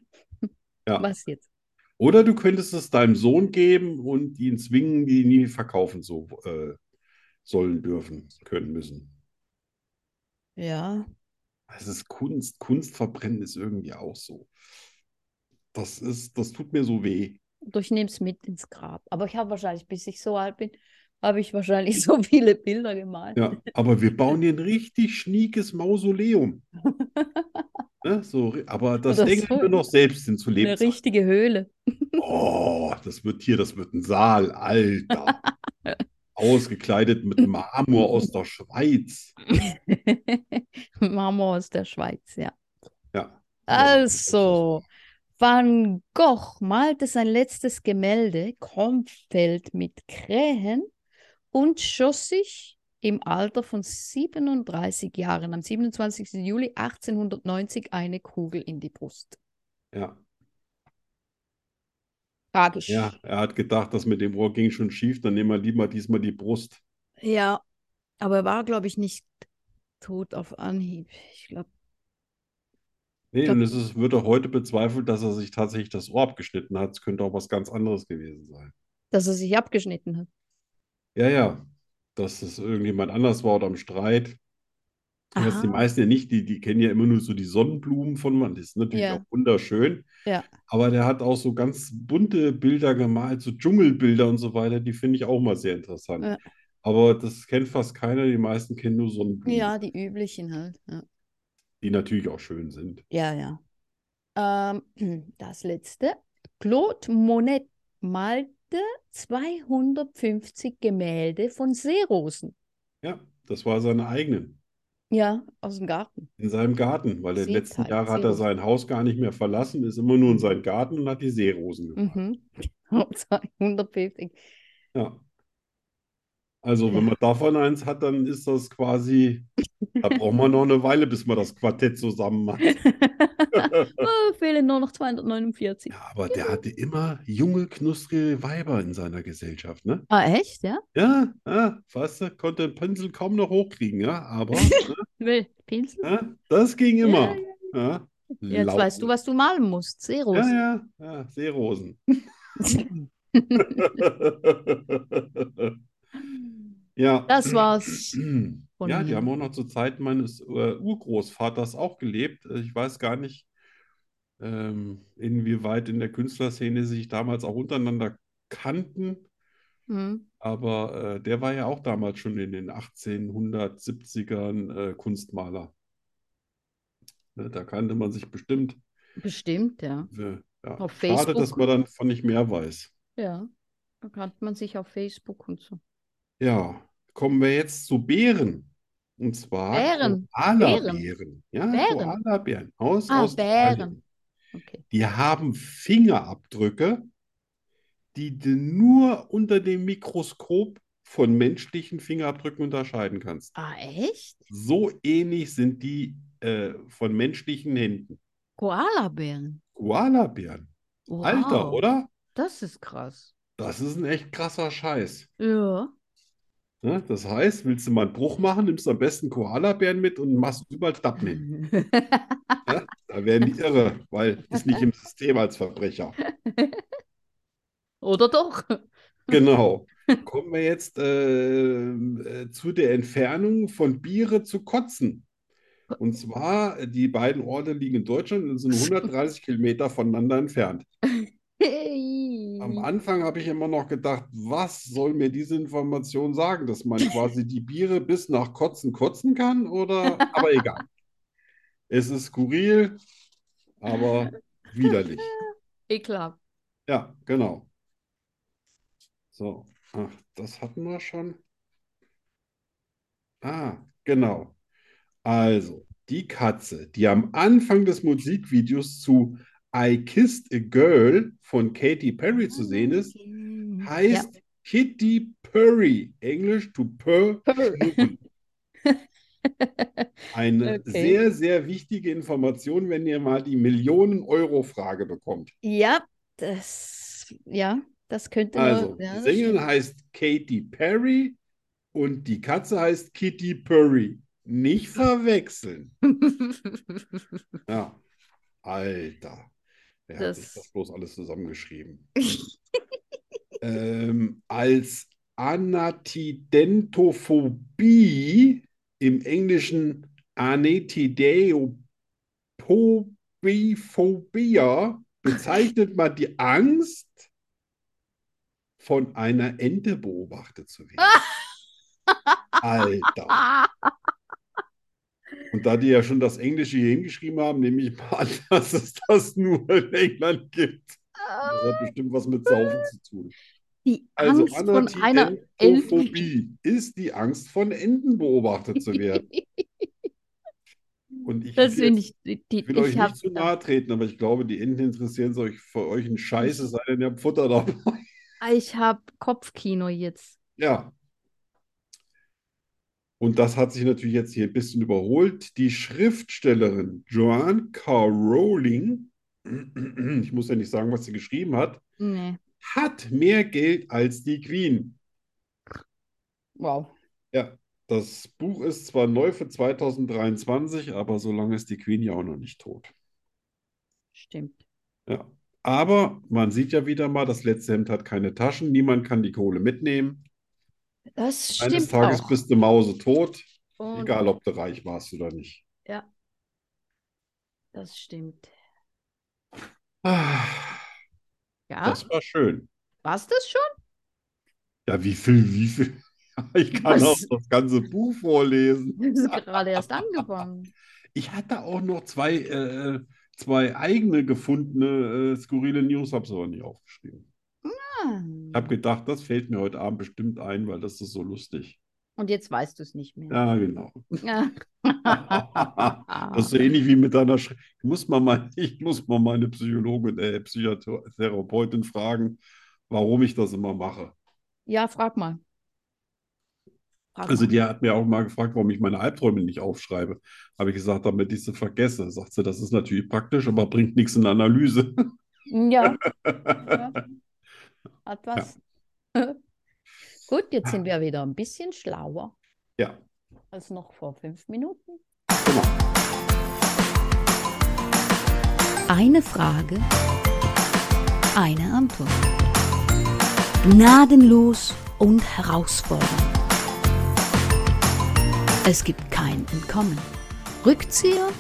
Speaker 2: Ja.
Speaker 1: Was jetzt?
Speaker 2: Oder du könntest es deinem Sohn geben und ihn zwingen, die nie verkaufen so, äh, sollen dürfen, können müssen.
Speaker 1: Ja.
Speaker 2: Das ist Kunst. Kunst verbrennen ist irgendwie auch so. Das ist, das tut mir so weh.
Speaker 1: Oder ich nehme es mit ins Grab. Aber ich habe wahrscheinlich, bis ich so alt bin, habe ich wahrscheinlich (laughs) so viele Bilder gemalt.
Speaker 2: Ja, aber wir bauen dir ein richtig
Speaker 1: (laughs)
Speaker 2: schniekes Mausoleum. Ne, so, ri- aber das
Speaker 1: Oder
Speaker 2: Ding
Speaker 1: so.
Speaker 2: haben wir noch selbst hin zu
Speaker 1: Eine
Speaker 2: Lebzeiten.
Speaker 1: richtige Höhle. (laughs)
Speaker 2: Oh, das wird hier, das wird ein Saal,
Speaker 1: (laughs)
Speaker 2: Alter. Ausgekleidet mit Marmor aus der Schweiz.
Speaker 1: Marmor aus der Schweiz, ja.
Speaker 2: Ja.
Speaker 1: Also, Van Gogh malte sein letztes Gemälde, Kornfeld mit Krähen, und schoss sich im Alter von 37 Jahren am 27. Juli 1890 eine Kugel in die Brust.
Speaker 2: Ja,
Speaker 1: Tragisch.
Speaker 2: ja, er hat gedacht, das mit dem Rohr ging schon schief, dann nehmen wir lieber diesmal die Brust.
Speaker 1: Ja, aber er war, glaube ich, nicht tot auf Anhieb. Ich glaube,
Speaker 2: Nee,
Speaker 1: Da-
Speaker 2: und es ist, wird auch heute bezweifelt, dass er sich tatsächlich das Ohr abgeschnitten hat. Es könnte auch was ganz anderes gewesen sein.
Speaker 1: dass er sich abgeschnitten hat.
Speaker 2: Ja, ja, dass es irgendjemand anders war oder am Streit. Was die
Speaker 1: Aha.
Speaker 2: meisten ja nicht, die, die kennen ja immer nur so die Sonnenblumen von man. Das ist natürlich
Speaker 1: Ja.
Speaker 2: auch wunderschön.
Speaker 1: Ja.
Speaker 2: Aber der hat auch so ganz bunte Bilder gemalt, so Dschungelbilder und so weiter. Die finde ich auch mal sehr interessant.
Speaker 1: Ja.
Speaker 2: Aber das kennt fast keiner. Die meisten kennen nur Sonnenblumen,
Speaker 1: Ja, die üblichen halt. Ja.
Speaker 2: die natürlich auch schön sind.
Speaker 1: Ja, ja. Ähm, (clears throat) das letzte. Claude Monet malte 250 Gemälde von Seerosen.
Speaker 2: Ja, das war seine eigenen.
Speaker 1: Ja, aus dem Garten.
Speaker 2: In seinem Garten, weil er
Speaker 1: Sieht
Speaker 2: die letzten
Speaker 1: halt
Speaker 2: Jahre hat er
Speaker 1: Seerosen.
Speaker 2: sein Haus gar nicht mehr verlassen, ist immer nur in seinen Garten und hat die Seerosen gemalt.
Speaker 1: Mhm. (laughs) 250.
Speaker 2: Ja. Also,
Speaker 1: Ja.
Speaker 2: wenn man davon eins hat, dann ist das quasi, da braucht man noch eine Weile, bis man das Quartett zusammen hat.
Speaker 1: Oh, fehlen nur noch 249.
Speaker 2: Ja, aber der hatte immer junge, knusprige Weiber in seiner Gesellschaft, ne?
Speaker 1: Ah, echt? Ja?
Speaker 2: Ja, ja, weißt du, konnte den Pinsel kaum noch hochkriegen, ja, aber ne,
Speaker 1: Will Pinsel?
Speaker 2: ja, das ging immer.
Speaker 1: Ja,
Speaker 2: Ja,
Speaker 1: Jetzt weißt du, was du malen musst.
Speaker 2: Ja,
Speaker 1: Seerosen.
Speaker 2: ja, ja, Seerosen. (laughs)
Speaker 1: (laughs)
Speaker 2: Ja.
Speaker 1: Das war's. von
Speaker 2: Hm. Ja, die
Speaker 1: mir.
Speaker 2: haben auch noch zur Zeit meines äh, Urgroßvaters auch gelebt. Äh, Ich weiß gar nicht, ähm, inwieweit in der Künstlerszene sie sich damals auch untereinander kannten,
Speaker 1: Hm.
Speaker 2: aber äh, der war ja auch damals schon in den 1870ern äh, Kunstmaler. Ne, da kannte man sich bestimmt.
Speaker 1: Bestimmt, ja.
Speaker 2: Äh, ja.
Speaker 1: Auf
Speaker 2: Schade, dass
Speaker 1: Facebook.
Speaker 2: man dann von nicht mehr weiß.
Speaker 1: Ja. Da kannte man sich auf Facebook und so.
Speaker 2: Ja, kommen wir jetzt zu Bären. Und zwar
Speaker 1: Bären,
Speaker 2: Koalabären. Ja,
Speaker 1: Bären.
Speaker 2: Koalabären aus
Speaker 1: Ah, Bären.
Speaker 2: Australien.
Speaker 1: Okay.
Speaker 2: Die haben Fingerabdrücke, die du nur unter dem Mikroskop von menschlichen Fingerabdrücken unterscheiden kannst.
Speaker 1: Ah, echt?
Speaker 2: So ähnlich sind die äh, von menschlichen Händen.
Speaker 1: Koalabären.
Speaker 2: Koalabären. Alter,
Speaker 1: Wow,
Speaker 2: oder?
Speaker 1: Das ist krass.
Speaker 2: Das ist ein echt krasser Scheiß.
Speaker 1: Ja.
Speaker 2: Ne? Das heißt, willst du mal einen Bruch machen, nimmst am besten Koalabären mit und machst überall Tappen hin. Ja, da werden die irre, weil ist nicht im System als Verbrecher.
Speaker 1: (laughs) Oder doch?
Speaker 2: Genau. Kommen wir jetzt ähm, äh, zu der Entfernung von Biere zu Kotzen. Und zwar, äh, die beiden Orte liegen in Deutschland und sind 130 Kilometer voneinander entfernt. Am
Speaker 1: Hey.
Speaker 2: Anfang habe ich immer noch gedacht, was soll mir diese Information sagen, dass man quasi die Biere bis nach Kotzen kotzen kann oder? Aber egal. Es ist skurril, aber widerlich.
Speaker 1: Ekelhaft.
Speaker 2: Ja, genau. So, ach, das hatten wir schon. Ah, genau. Also, die Katze, die am Anfang des Musikvideos zu I Kissed a Girl von Katy Perry zu sehen ist,
Speaker 1: Mhm.
Speaker 2: heißt Kitty Purry, Englisch to purr.
Speaker 1: Purr.
Speaker 2: schnurren. (laughs) Eine
Speaker 1: Okay.
Speaker 2: sehr, sehr wichtige Information, wenn ihr mal die Millionen-Euro-Frage bekommt.
Speaker 1: (laughs) Ja, das, ja, das könnte man-
Speaker 2: Also,
Speaker 1: ja,
Speaker 2: die
Speaker 1: das
Speaker 2: Sängerin heißt Katy Perry und die Katze heißt Kitty Purry. Nicht verwechseln. (laughs) Ja, Alter. Wer hat sich
Speaker 1: Das-
Speaker 2: das bloß alles zusammengeschrieben? ähm, als Anatidentophobie im Englischen Anetideophobia bezeichnet man die Angst, von einer Ente beobachtet zu werden. Alter.
Speaker 1: Ah,
Speaker 2: Und da die ja schon das Englische hier hingeschrieben haben, nehme ich mal an, (laughs) dass es das nur in England gibt. Das hat bestimmt was mit Saufen zu tun.
Speaker 1: (laughs) die
Speaker 2: Also
Speaker 1: Angst von einer
Speaker 2: Anatidentophobie ist die Angst, von Enten beobachtet zu werden. Und
Speaker 1: (laughs)
Speaker 2: ich
Speaker 1: Das
Speaker 2: will,
Speaker 1: finde
Speaker 2: jetzt-
Speaker 1: ich, die, die-
Speaker 2: will euch
Speaker 1: ich
Speaker 2: nicht
Speaker 1: hab's
Speaker 2: zu nahe treten, aber ich glaube, die Enten interessieren es euch für euch ein Scheiß, es sei denn, ihr habt Futter dabei.
Speaker 1: da, ich habe Kopfkino jetzt.
Speaker 2: Ja. Und das hat sich natürlich jetzt hier ein bisschen überholt. Die Schriftstellerin Joanne K. Rowling, (clears throat) ich muss ja nicht sagen, was sie geschrieben hat,
Speaker 1: Nee.
Speaker 2: hat mehr Geld als die Queen.
Speaker 1: Wow.
Speaker 2: Das Buch ist zwar neu für 2023, aber so lange ist die Queen ja auch noch nicht tot.
Speaker 1: Stimmt.
Speaker 2: Ja. Aber man sieht ja wieder mal, das letzte Hemd hat keine Taschen, niemand kann die Kohle mitnehmen.
Speaker 1: Das
Speaker 2: Eines
Speaker 1: stimmt
Speaker 2: Tages
Speaker 1: auch. Hm.
Speaker 2: bist du Mausetot,
Speaker 1: Und
Speaker 2: egal ob du reich warst oder nicht.
Speaker 1: das stimmt.
Speaker 2: Ah,
Speaker 1: Ja,
Speaker 2: das war schön.
Speaker 1: war's das schon? (laughs)
Speaker 2: Ja, wie viel, wie viel? (laughs) Ich kann auch
Speaker 1: Was?
Speaker 2: das ganze Buch vorlesen.
Speaker 1: Wir sind gerade erst angefangen.
Speaker 2: Ich hatte auch noch zwei, äh, zwei eigene gefundene äh, skurrile News, habe es aber nicht aufgeschrieben.
Speaker 1: Ah.
Speaker 2: Ich habe gedacht, das fällt mir heute Abend bestimmt ein, weil das ist so lustig.
Speaker 1: Und jetzt weißt du es nicht mehr. Ah.
Speaker 2: Ja, Also genau.
Speaker 1: (laughs) Ja.
Speaker 2: Das ist so ähnlich wie mit deiner Schrift. Ich muss mal, mein, (laughs) ich muss mal meine Psychologin, äh, Psychotherapeutin fragen, warum ich das immer mache.
Speaker 1: Ja, frag mal. Frag
Speaker 2: Also
Speaker 1: mal.
Speaker 2: die hat mir auch mal gefragt, warum ich meine Albträume nicht aufschreibe. Habe ich gesagt, damit ich sie vergesse. Sagt sie, das ist natürlich praktisch, aber bringt nichts in der Analyse. (laughs)
Speaker 1: Ja, ja. hat was. (laughs) Gut, jetzt sind wir wieder ein bisschen schlauer
Speaker 2: Ja,
Speaker 1: als noch vor fünf Minuten.
Speaker 3: Eine Frage, eine Antwort. Gnadenlos und herausfordernd. Es gibt kein Entkommen. Rückzieher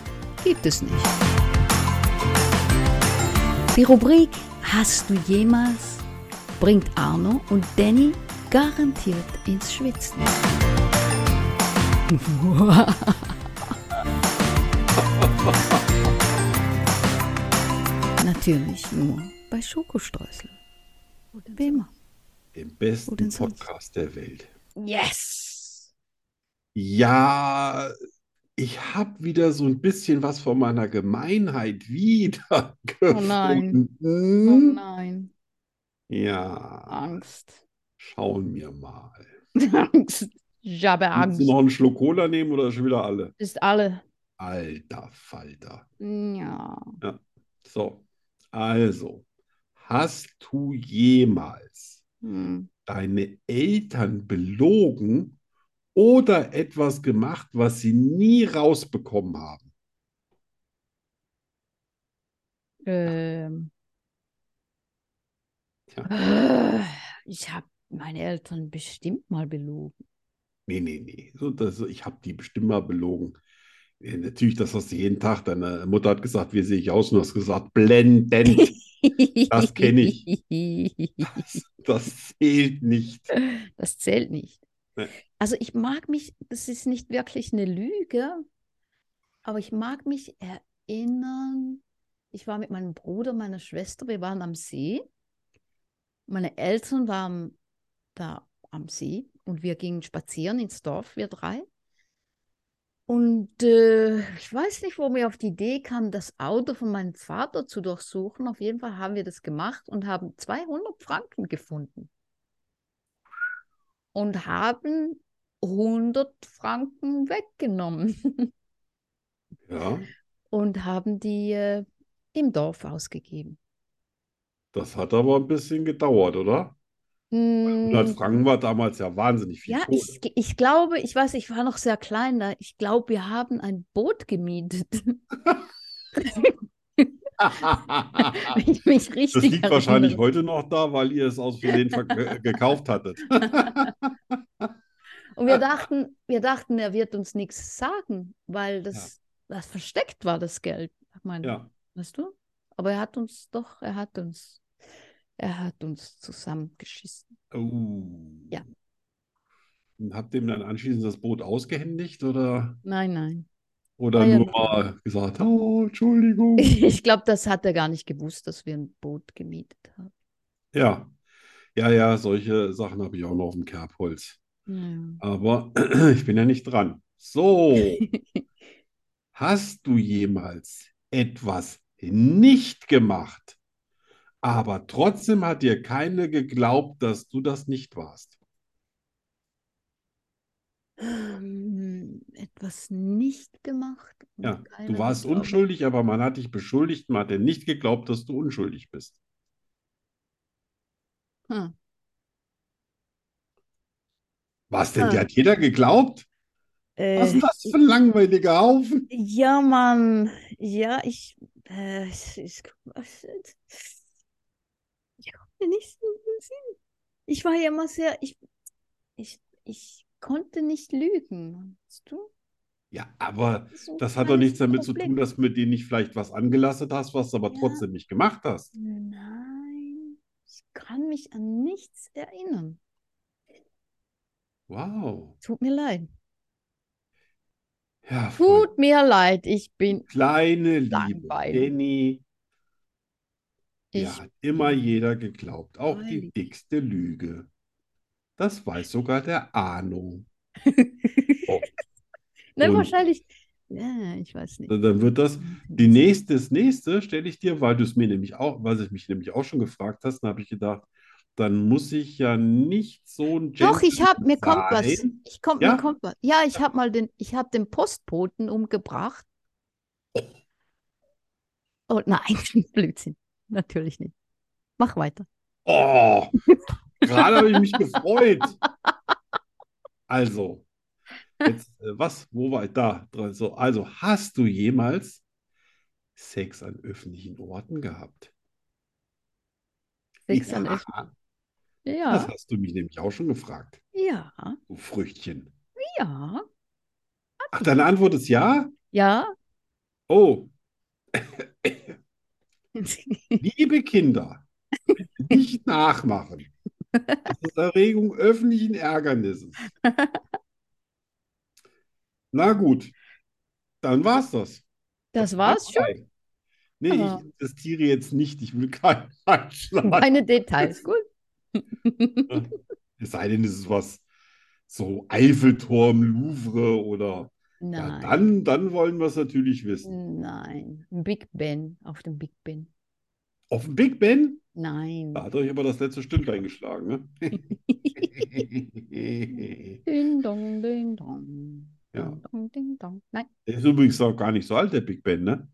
Speaker 3: gibt es nicht. Die Rubrik Hast du jemals bringt Arno und Danny garantiert ins Schwitzen. (laughs) Natürlich nur bei Schokostreusel. Wie immer.
Speaker 2: den besten
Speaker 3: denn sonst?
Speaker 2: Podcast der Welt.
Speaker 1: Yes!
Speaker 2: Ja, ich habe wieder so ein bisschen was von meiner Gemeinheit wieder
Speaker 1: Oh nein. Oh
Speaker 2: gefunden.
Speaker 1: nein,
Speaker 2: Ja,
Speaker 1: Angst.
Speaker 2: schauen wir mal.
Speaker 1: Angst. (laughs) Ich habe
Speaker 2: Willst
Speaker 1: Angst.
Speaker 2: du noch einen Schluck Cola nehmen oder schon wieder alle?
Speaker 1: Ist alle.
Speaker 2: Alter Falter.
Speaker 1: Ja.
Speaker 2: So, also, hast du jemals
Speaker 1: Hm.
Speaker 2: deine Eltern belogen oder etwas gemacht, was sie nie rausbekommen haben?
Speaker 1: Ähm.
Speaker 2: Tja.
Speaker 1: (sighs) Ich habe meine Eltern bestimmt mal belogen.
Speaker 2: Nee, nee, nee. So, das, ich habe die bestimmt mal belogen. Äh, Natürlich, das hast du jeden Tag. Deine Mutter hat gesagt, wie sehe ich aus? Und du hast gesagt, blendend.
Speaker 1: (laughs)
Speaker 2: Das kenn
Speaker 1: ich.
Speaker 2: Das, das zählt nicht.
Speaker 1: Das zählt nicht.
Speaker 2: Nee.
Speaker 1: Also ich mag mich, das ist nicht wirklich eine Lüge, aber ich mag mich erinnern, ich war mit meinem Bruder, meiner Schwester, wir waren am See. Meine Eltern waren da am See und wir gingen spazieren ins Dorf, wir drei. Und äh, ich weiß nicht, warum ich auf die Idee kam, das Auto von meinem Vater zu durchsuchen. Auf jeden Fall haben wir das gemacht und haben 200 Franken gefunden. Und haben 100 Franken weggenommen
Speaker 2: Ja,
Speaker 1: und haben die äh, im Dorf ausgegeben.
Speaker 2: das hat aber ein bisschen gedauert, oder? 100
Speaker 1: Hm,
Speaker 2: Franken war damals ja wahnsinnig viel
Speaker 1: ja,
Speaker 2: Kohle.
Speaker 1: ich, ich glaube, ich weiß, ich war noch sehr klein da. Ich glaube, wir haben ein Boot gemietet, (laughs)
Speaker 2: (laughs)
Speaker 1: wenn ich mich
Speaker 2: Das
Speaker 1: richtig
Speaker 2: liegt wahrscheinlich
Speaker 1: erinnere.
Speaker 2: heute noch da, weil ihr es aus Versehen verk-
Speaker 1: (laughs)
Speaker 2: äh, gekauft hattet.
Speaker 1: Und wir dachten, wir dachten, er wird uns nichts sagen, weil das, das versteckt war, das Geld. Ich meine,
Speaker 2: Ja,
Speaker 1: weißt du? Aber er hat uns doch, er hat uns, er hat uns zusammengeschissen.
Speaker 2: Oh.
Speaker 1: Ja.
Speaker 2: Und habt ihr ihm dann anschließend das Boot ausgehändigt oder,
Speaker 1: Nein, nein.
Speaker 2: oder
Speaker 1: Ah ja,
Speaker 2: nur
Speaker 1: nein.
Speaker 2: mal gesagt,
Speaker 1: (laughs)
Speaker 2: oh, Entschuldigung?
Speaker 1: Ich glaube, das hat er gar nicht gewusst, dass wir ein Boot gemietet haben.
Speaker 2: Ja, ja, ja, solche Sachen habe ich auch noch auf dem Kerbholz.
Speaker 1: Ja.
Speaker 2: Aber (clears throat) ich bin ja nicht dran.
Speaker 1: (laughs)
Speaker 2: So, hast du jemals etwas nicht gemacht, aber trotzdem hat dir keine geglaubt, dass du das nicht warst?
Speaker 1: Ähm, etwas nicht gemacht und
Speaker 2: Ja, du
Speaker 1: keiner
Speaker 2: warst
Speaker 1: geglaubt.
Speaker 2: unschuldig, aber man hat dich beschuldigt, man hat dir nicht geglaubt, dass du unschuldig bist.
Speaker 1: Hm.
Speaker 2: Was denn?
Speaker 1: Hm. Äh,
Speaker 2: Dir hat jeder geglaubt? Was ist denn das für ein langweiliger Haufen?
Speaker 1: Ja, Mann. Ja, ich. Äh, ich, ich, ich komme mir nicht so in den Sinn. Ich war ja immer sehr. Ich, ich, ich konnte nicht lügen. Weißt du?
Speaker 2: Ja, aber
Speaker 1: Das ist so ein
Speaker 2: das hat doch
Speaker 1: kleines
Speaker 2: nichts damit zu
Speaker 1: Problem.
Speaker 2: tun, dass du mit denen nicht vielleicht was angelastet hast, was du aber
Speaker 1: Ja.
Speaker 2: trotzdem nicht gemacht hast.
Speaker 1: Nein, ich kann mich an nichts erinnern.
Speaker 2: Wow.
Speaker 1: Tut mir leid.
Speaker 2: Ja, Freunde.
Speaker 1: Tut mir leid, ich bin.
Speaker 2: Kleine Liebe,
Speaker 1: Langweilig.
Speaker 2: Danny,
Speaker 1: Ich,
Speaker 2: ja, hat immer jeder geglaubt, auch die
Speaker 1: Freilich.
Speaker 2: dickste Lüge. Das weiß sogar der Arno.
Speaker 1: (laughs) Nein,
Speaker 2: Und-
Speaker 1: wahrscheinlich. Ja, ich weiß nicht.
Speaker 2: Dann wird das
Speaker 1: Mhm.
Speaker 2: Die nächste, das nächste stelle ich dir, weil du es mir nämlich auch, weil ich mich nämlich auch schon gefragt hast, dann habe ich gedacht, dann muss ich ja nicht so ein
Speaker 1: Doch, ich
Speaker 2: Gentleman
Speaker 1: hab, mir kommt was.
Speaker 2: sein.
Speaker 1: Ich kommt,
Speaker 2: Ja?
Speaker 1: mir kommt was. Ja, ich habe mal den, ich habe den Postboten umgebracht. Oh nein, (laughs) Blödsinn. Natürlich nicht. Mach weiter.
Speaker 2: Oh, gerade habe ich mich gefreut. Also, jetzt, äh, was, wo war ich da? dran? So, also, hast du jemals Sex an öffentlichen Orten gehabt?
Speaker 1: Sex an
Speaker 2: Ja,
Speaker 1: öffentlichen-
Speaker 2: ah, das
Speaker 1: Ja,
Speaker 2: hast du mich nämlich auch schon gefragt,
Speaker 1: ja,
Speaker 2: du Früchtchen.
Speaker 1: ja,
Speaker 2: Ach, deine Antwort ist ja?
Speaker 1: ja.
Speaker 2: Oh, Liebe Kinder, bitte nicht nachmachen. Das ist Erregung öffentlichen Ärgernisses. Na gut, dann war's das. (laughs)
Speaker 1: Das war's schon. Ah.
Speaker 2: Nein. Nee, ich
Speaker 1: Aber-
Speaker 2: investiere jetzt nicht. Ich will keinen (laughs) Einschlag.
Speaker 1: Keine Details. Gut.
Speaker 2: Es sei denn, es ist was so Eiffelturm, Louvre oder. Ja,
Speaker 1: Nein,
Speaker 2: dann, dann wollen wir es natürlich wissen.
Speaker 1: nein. Big Ben, auf dem Big Ben.
Speaker 2: Auf dem Big Ben?
Speaker 1: Nein.
Speaker 2: Da hat euch aber das letzte Stündlein geschlagen,
Speaker 1: (laughs)
Speaker 2: ne? (laughs)
Speaker 1: Ding dong, ding dong.
Speaker 2: Ja.
Speaker 1: Ding dong, ding dong. Nein,
Speaker 2: Der ist übrigens auch gar nicht so alt, der Big Ben, ne?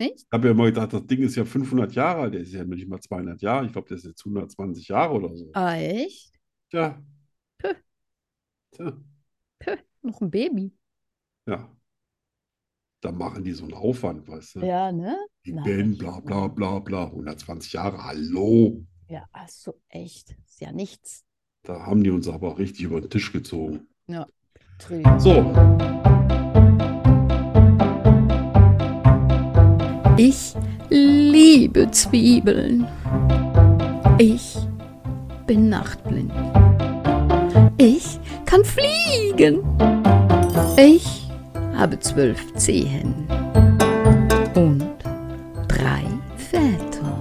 Speaker 1: nicht?
Speaker 2: Ich habe ja immer gedacht, das Ding ist ja 500 Jahre alt, der ist ja noch nicht mal 200 Jahre, ich glaube, der ist jetzt 120 Jahre oder so.
Speaker 1: Ah, echt?
Speaker 2: Tja.
Speaker 1: Puh.
Speaker 2: Tja,
Speaker 1: Noch ein Baby.
Speaker 2: ja. Da machen die so einen Aufwand, weißt du?
Speaker 1: Ja, ne?
Speaker 2: Big
Speaker 1: Nein.
Speaker 2: Ben, bla bla bla bla, 120 Jahre, hallo.
Speaker 1: Ja, ach so, echt. Ist ja nichts.
Speaker 2: Da haben die uns aber richtig über den Tisch gezogen.
Speaker 1: Trüger.
Speaker 2: So,
Speaker 3: Ich liebe Zwiebeln. Ich bin nachtblind. Ich kann fliegen. Ich habe zwölf Zehen und drei Väter.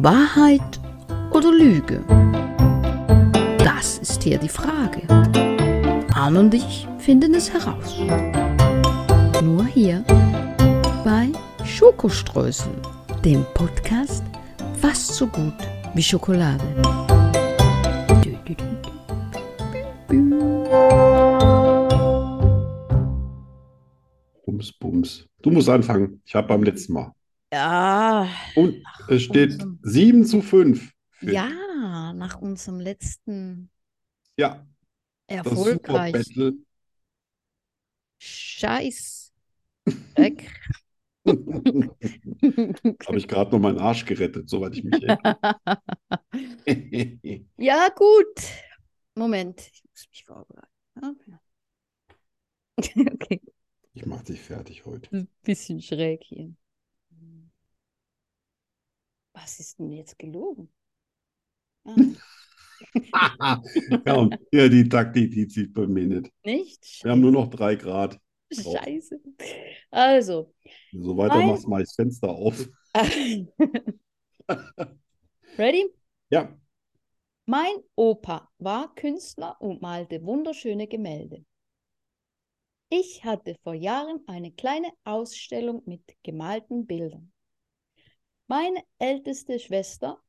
Speaker 3: Wahrheit oder Lüge? Das ist hier die Frage. Arne und ich finden es heraus. hier bei Schokoströßen, dem Podcast fast so gut wie Schokolade. Dü, dü, dü.
Speaker 2: Bums, bums. Du musst anfangen. Ich habe beim letzten Mal.
Speaker 1: Ja,
Speaker 3: (laughs)
Speaker 2: Und es steht
Speaker 1: Wahnsinn.
Speaker 2: 7 zu 5. für-
Speaker 1: ja, nach unserem letzten
Speaker 2: Ja, das
Speaker 1: erfolgreichen
Speaker 2: Superbattle. (laughs)
Speaker 1: Scheiß. (laughs)
Speaker 2: Habe ich gerade noch meinen Arsch gerettet, soweit ich mich erinnere.
Speaker 1: Ja, gut. Moment, ich muss mich vorbereiten. ne? Okay. (laughs) Okay,
Speaker 2: (laughs) ich mache dich fertig heute.
Speaker 1: das ist ein bisschen schräg hier. Was ist denn jetzt (laughs) gelogen? Ah,
Speaker 2: (laughs) ja, ja, die Taktik, die zieht bei mir nicht.
Speaker 1: nicht?
Speaker 2: Wir haben nur noch drei Grad.
Speaker 1: Scheiße. Also,
Speaker 2: Wenn du so weitermachst,
Speaker 1: Nein.
Speaker 2: mach ich das Fenster auf.
Speaker 1: ready?
Speaker 2: Ja,
Speaker 1: Mein Opa war Künstler und malte wunderschöne Gemälde. Ich hatte vor Jahren eine kleine Ausstellung mit gemalten Bildern. Meine älteste Schwester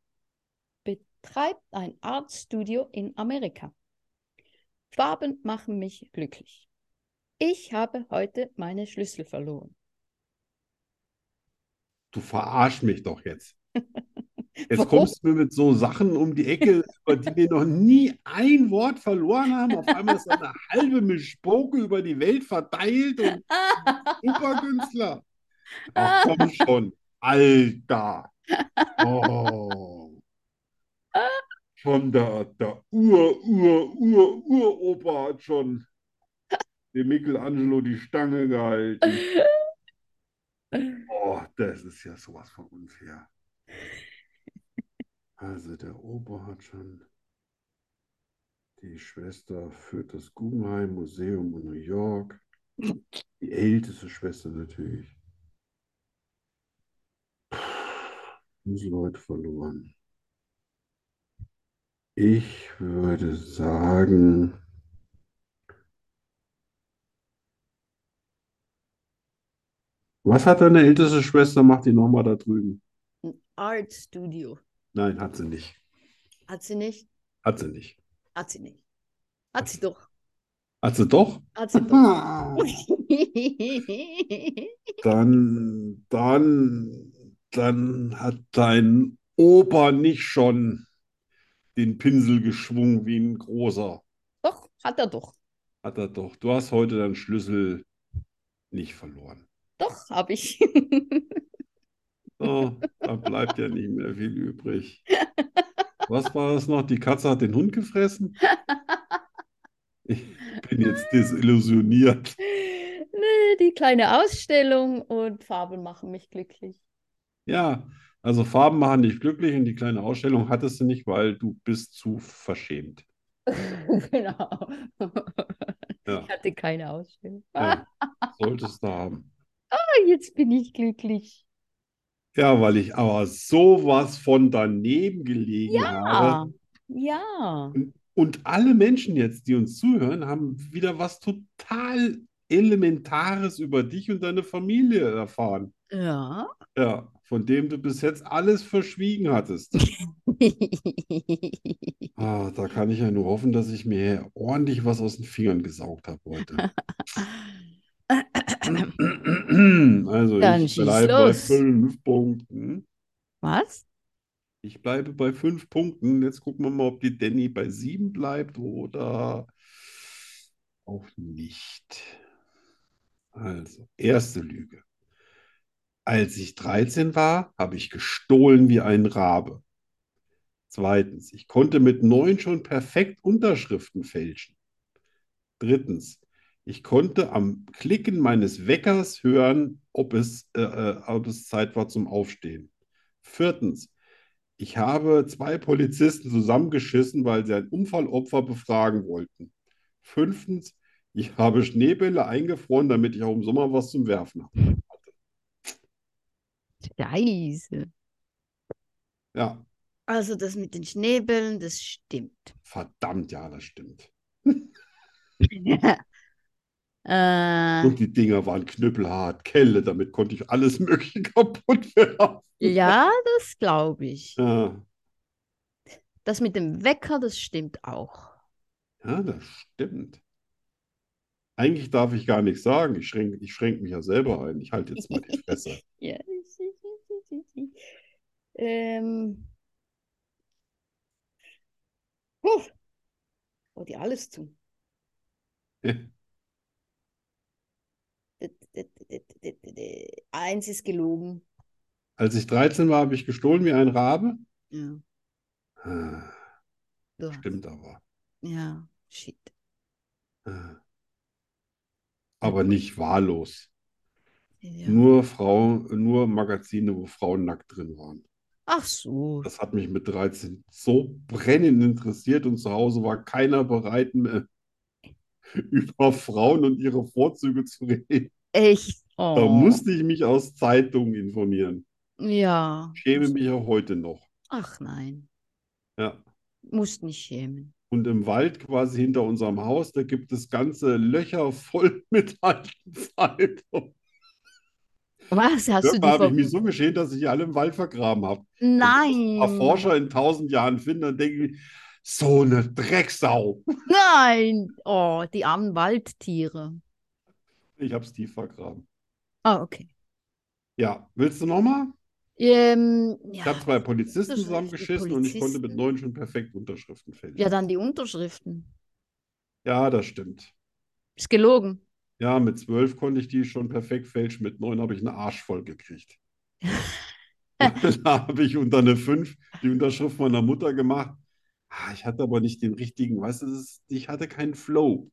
Speaker 1: betreibt ein Artstudio in Amerika. Farben machen mich glücklich. Ich habe heute meine Schlüssel verloren.
Speaker 2: du verarsch mich doch jetzt. Jetzt
Speaker 1: Warum?
Speaker 2: kommst du mir mit so Sachen um die Ecke, über die wir noch nie ein Wort verloren haben. Auf einmal ist eine halbe Mischpoke über die Welt verteilt und Superkünstler. Ach komm schon, Alter. Oh. Schon der, der Ur, Ur, Ur, Uropa hat schon dem Michelangelo die Stange gehalten. Oh, das ist ja sowas von unfair. Also der Opa hat schon. Die Schwester führt das Guggenheim Museum in New York. Die älteste Schwester natürlich. Leute verloren. Ich würde sagen, was hat deine älteste Schwester? Macht die nochmal da drüben?
Speaker 1: Ein Artstudio.
Speaker 2: Nein, hat sie nicht.
Speaker 1: Hat sie nicht?
Speaker 2: Hat sie nicht.
Speaker 1: Hat sie nicht. Hat sie doch.
Speaker 2: Hat sie doch?
Speaker 1: Hat (laughs) sie doch.
Speaker 2: Ah.
Speaker 1: Hm.
Speaker 2: Dann, dann, dann hat dein Opa nicht schon den Pinsel geschwungen wie ein großer.
Speaker 1: Doch, hat er doch.
Speaker 2: Hat er doch. Du hast heute deinen Schlüssel nicht verloren.
Speaker 1: Doch, habe ich. (laughs)
Speaker 2: So, da bleibt ja nicht mehr viel übrig. Was war das noch? Die Katze hat den Hund gefressen? Ich bin jetzt desillusioniert.
Speaker 1: nee, Ne, die kleine Ausstellung und Farben machen mich glücklich. (laughs)
Speaker 2: Ja, also Farben machen dich glücklich und die kleine Ausstellung hattest du nicht, weil du bist zu verschämt.
Speaker 1: genau.
Speaker 2: (laughs) Ja.
Speaker 1: Ich hatte keine Ausstellung.
Speaker 2: (laughs) Ja, solltest du haben.
Speaker 1: Ah, jetzt bin ich glücklich.
Speaker 2: Ja, weil ich aber sowas von daneben gelegen
Speaker 1: Ah,
Speaker 2: habe.
Speaker 1: ja.
Speaker 2: Und alle Menschen jetzt, die uns zuhören, haben wieder was total Elementares über dich und deine Familie erfahren.
Speaker 1: Ja.
Speaker 2: Ja, von dem du bis jetzt alles verschwiegen hattest.
Speaker 3: (laughs)
Speaker 2: Ah, da kann ich ja nur hoffen, dass ich mir ordentlich was aus den Fingern gesaugt habe
Speaker 3: (laughs)
Speaker 2: heute. Also
Speaker 3: Dann
Speaker 2: ich
Speaker 3: schieß
Speaker 2: bleibe bei
Speaker 3: los.
Speaker 2: fünf Punkten.
Speaker 1: Was?
Speaker 2: Ich bleibe bei fünf Punkten. Jetzt gucken wir mal, ob die Danny bei sieben bleibt oder auch nicht. Also, erste Lüge. Als ich 13 war, habe ich gestohlen wie ein Rabe. Zweitens, ich konnte mit neun schon perfekt Unterschriften fälschen. Drittens, ich konnte am Klicken meines Weckers hören, ob es, äh, äh, ob es Zeit war zum Aufstehen. Viertens, ich habe zwei Polizisten zusammengeschissen, weil sie ein Unfallopfer befragen wollten. Fünftens, ich habe Schneebälle eingefroren, damit ich auch im Sommer was zum Werfen habe.
Speaker 1: Scheiße.
Speaker 2: Ja,
Speaker 1: Also das mit den Schneebällen, das stimmt.
Speaker 2: verdammt, ja, das stimmt.
Speaker 1: (laughs) Äh,
Speaker 2: Und die Dinger waren knüppelhart, Kelle, damit konnte ich alles (laughs) Mögliche kaputt werfen.
Speaker 1: ja, das glaube ich.
Speaker 2: Ja,
Speaker 1: Das mit dem Wecker, das stimmt auch.
Speaker 2: ja, das stimmt. Eigentlich darf ich gar nichts sagen. Ich schränke ich schränk mich ja selber ein. Ich halte jetzt mal die Fresse.
Speaker 1: Ja. Ähm. Puh. Oh, die alles (laughs) zu. Eins ist gelogen.
Speaker 2: Als ich 13 war, habe ich gestohlen wie ein Rabe.
Speaker 1: Ja.
Speaker 2: Ah,
Speaker 1: So.
Speaker 2: Stimmt aber.
Speaker 1: Ja, shit.
Speaker 2: Ah. Aber nicht wahllos.
Speaker 1: Ja.
Speaker 2: Nur Frauen, nur Magazine, wo Frauen nackt drin waren.
Speaker 1: Ach so.
Speaker 2: Das hat mich mit 13 so brennend interessiert und zu Hause war keiner bereit, mehr (laughs) über Frauen und ihre Vorzüge zu reden.
Speaker 1: Echt?
Speaker 2: Da
Speaker 1: Oh.
Speaker 2: musste ich mich aus Zeitungen informieren.
Speaker 1: Ja.
Speaker 2: Schäme mich auch heute noch.
Speaker 1: Ach nein.
Speaker 2: Ja.
Speaker 1: Musst nicht schämen.
Speaker 2: Und im Wald quasi hinter unserem Haus, da gibt es ganze Löcher voll (laughs) mit alten Zeitungen.
Speaker 1: Was hast du
Speaker 2: Irgendwann
Speaker 1: die
Speaker 2: habe ich
Speaker 1: ver...
Speaker 2: mich so geschämt, dass ich die alle im Wald vergraben habe. Wenn das ein paar
Speaker 1: Nein.
Speaker 2: Forscher in tausend Jahren finden, dann denke ich, so eine Drecksau. (laughs)
Speaker 1: Nein. Oh, die armen Waldtiere.
Speaker 2: Ich habe es tief vergraben.
Speaker 1: Ah, okay.
Speaker 2: Ja, willst du nochmal?
Speaker 1: Ähm,
Speaker 2: Ich
Speaker 1: ja.
Speaker 2: habe zwei Polizisten
Speaker 1: Unterschriften,
Speaker 2: zusammengeschissen und ich konnte mit
Speaker 1: Polizisten.
Speaker 2: neun schon perfekt Unterschriften fälschen.
Speaker 1: Ja, dann die Unterschriften.
Speaker 2: Ja, das stimmt.
Speaker 1: Ist gelogen.
Speaker 2: Ja, mit zwölf konnte ich die schon perfekt fälschen. Mit neun habe ich einen Arsch voll gekriegt.
Speaker 1: (laughs)
Speaker 2: (laughs) Da habe ich unter eine fünf die Unterschrift meiner Mutter gemacht. Ah, Ich hatte aber nicht den richtigen, weißt du, das ist, ich hatte keinen Flow.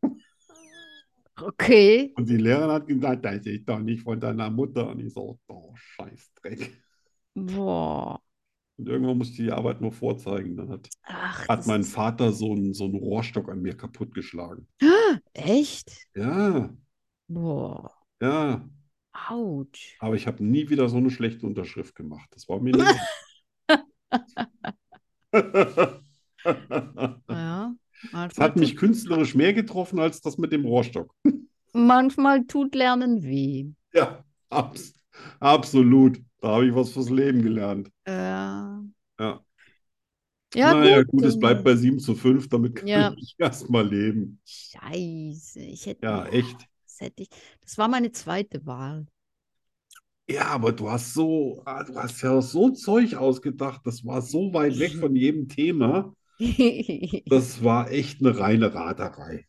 Speaker 1: Okay.
Speaker 2: Und die Lehrerin hat gesagt, das ist doch nicht von deiner Mutter. Und ich so, oh, Scheißdreck.
Speaker 1: Boah.
Speaker 2: Und irgendwann musste ich die Arbeit nur vorzeigen. Dann hat,
Speaker 1: Ach,
Speaker 2: hat
Speaker 1: das
Speaker 2: mein
Speaker 1: ist-
Speaker 2: Vater so einen, so einen Rohrstock an mir kaputtgeschlagen.
Speaker 1: Ah, Echt?
Speaker 2: Ja,
Speaker 1: Boah.
Speaker 2: ja.
Speaker 1: Autsch.
Speaker 2: Aber ich habe nie wieder so eine schlechte Unterschrift gemacht. Das war mir nicht. Es
Speaker 1: Ja. Manchmal
Speaker 2: hat
Speaker 1: tut,
Speaker 2: mich künstlerisch mehr getroffen als das mit dem Rohrstock.
Speaker 1: manchmal tut Lernen weh.
Speaker 2: Ja, abs absolut. Da habe ich was fürs Leben gelernt.
Speaker 1: Äh, ja,
Speaker 2: naja,
Speaker 1: gut,
Speaker 2: gut, es
Speaker 1: dann- äh,
Speaker 2: bleibt bei 7 zu 5, damit kann
Speaker 1: Ja.
Speaker 2: ich (laughs) erstmal leben.
Speaker 1: Scheiße, ich hätte,
Speaker 2: Ja, echt.
Speaker 1: das hätte ich, das war meine zweite (laughs) Wahl.
Speaker 2: Ja, aber du hast so, ah, du hast ja so Zeug ausgedacht, das war so weit weg von jedem Thema. Das war echt eine reine Raterei.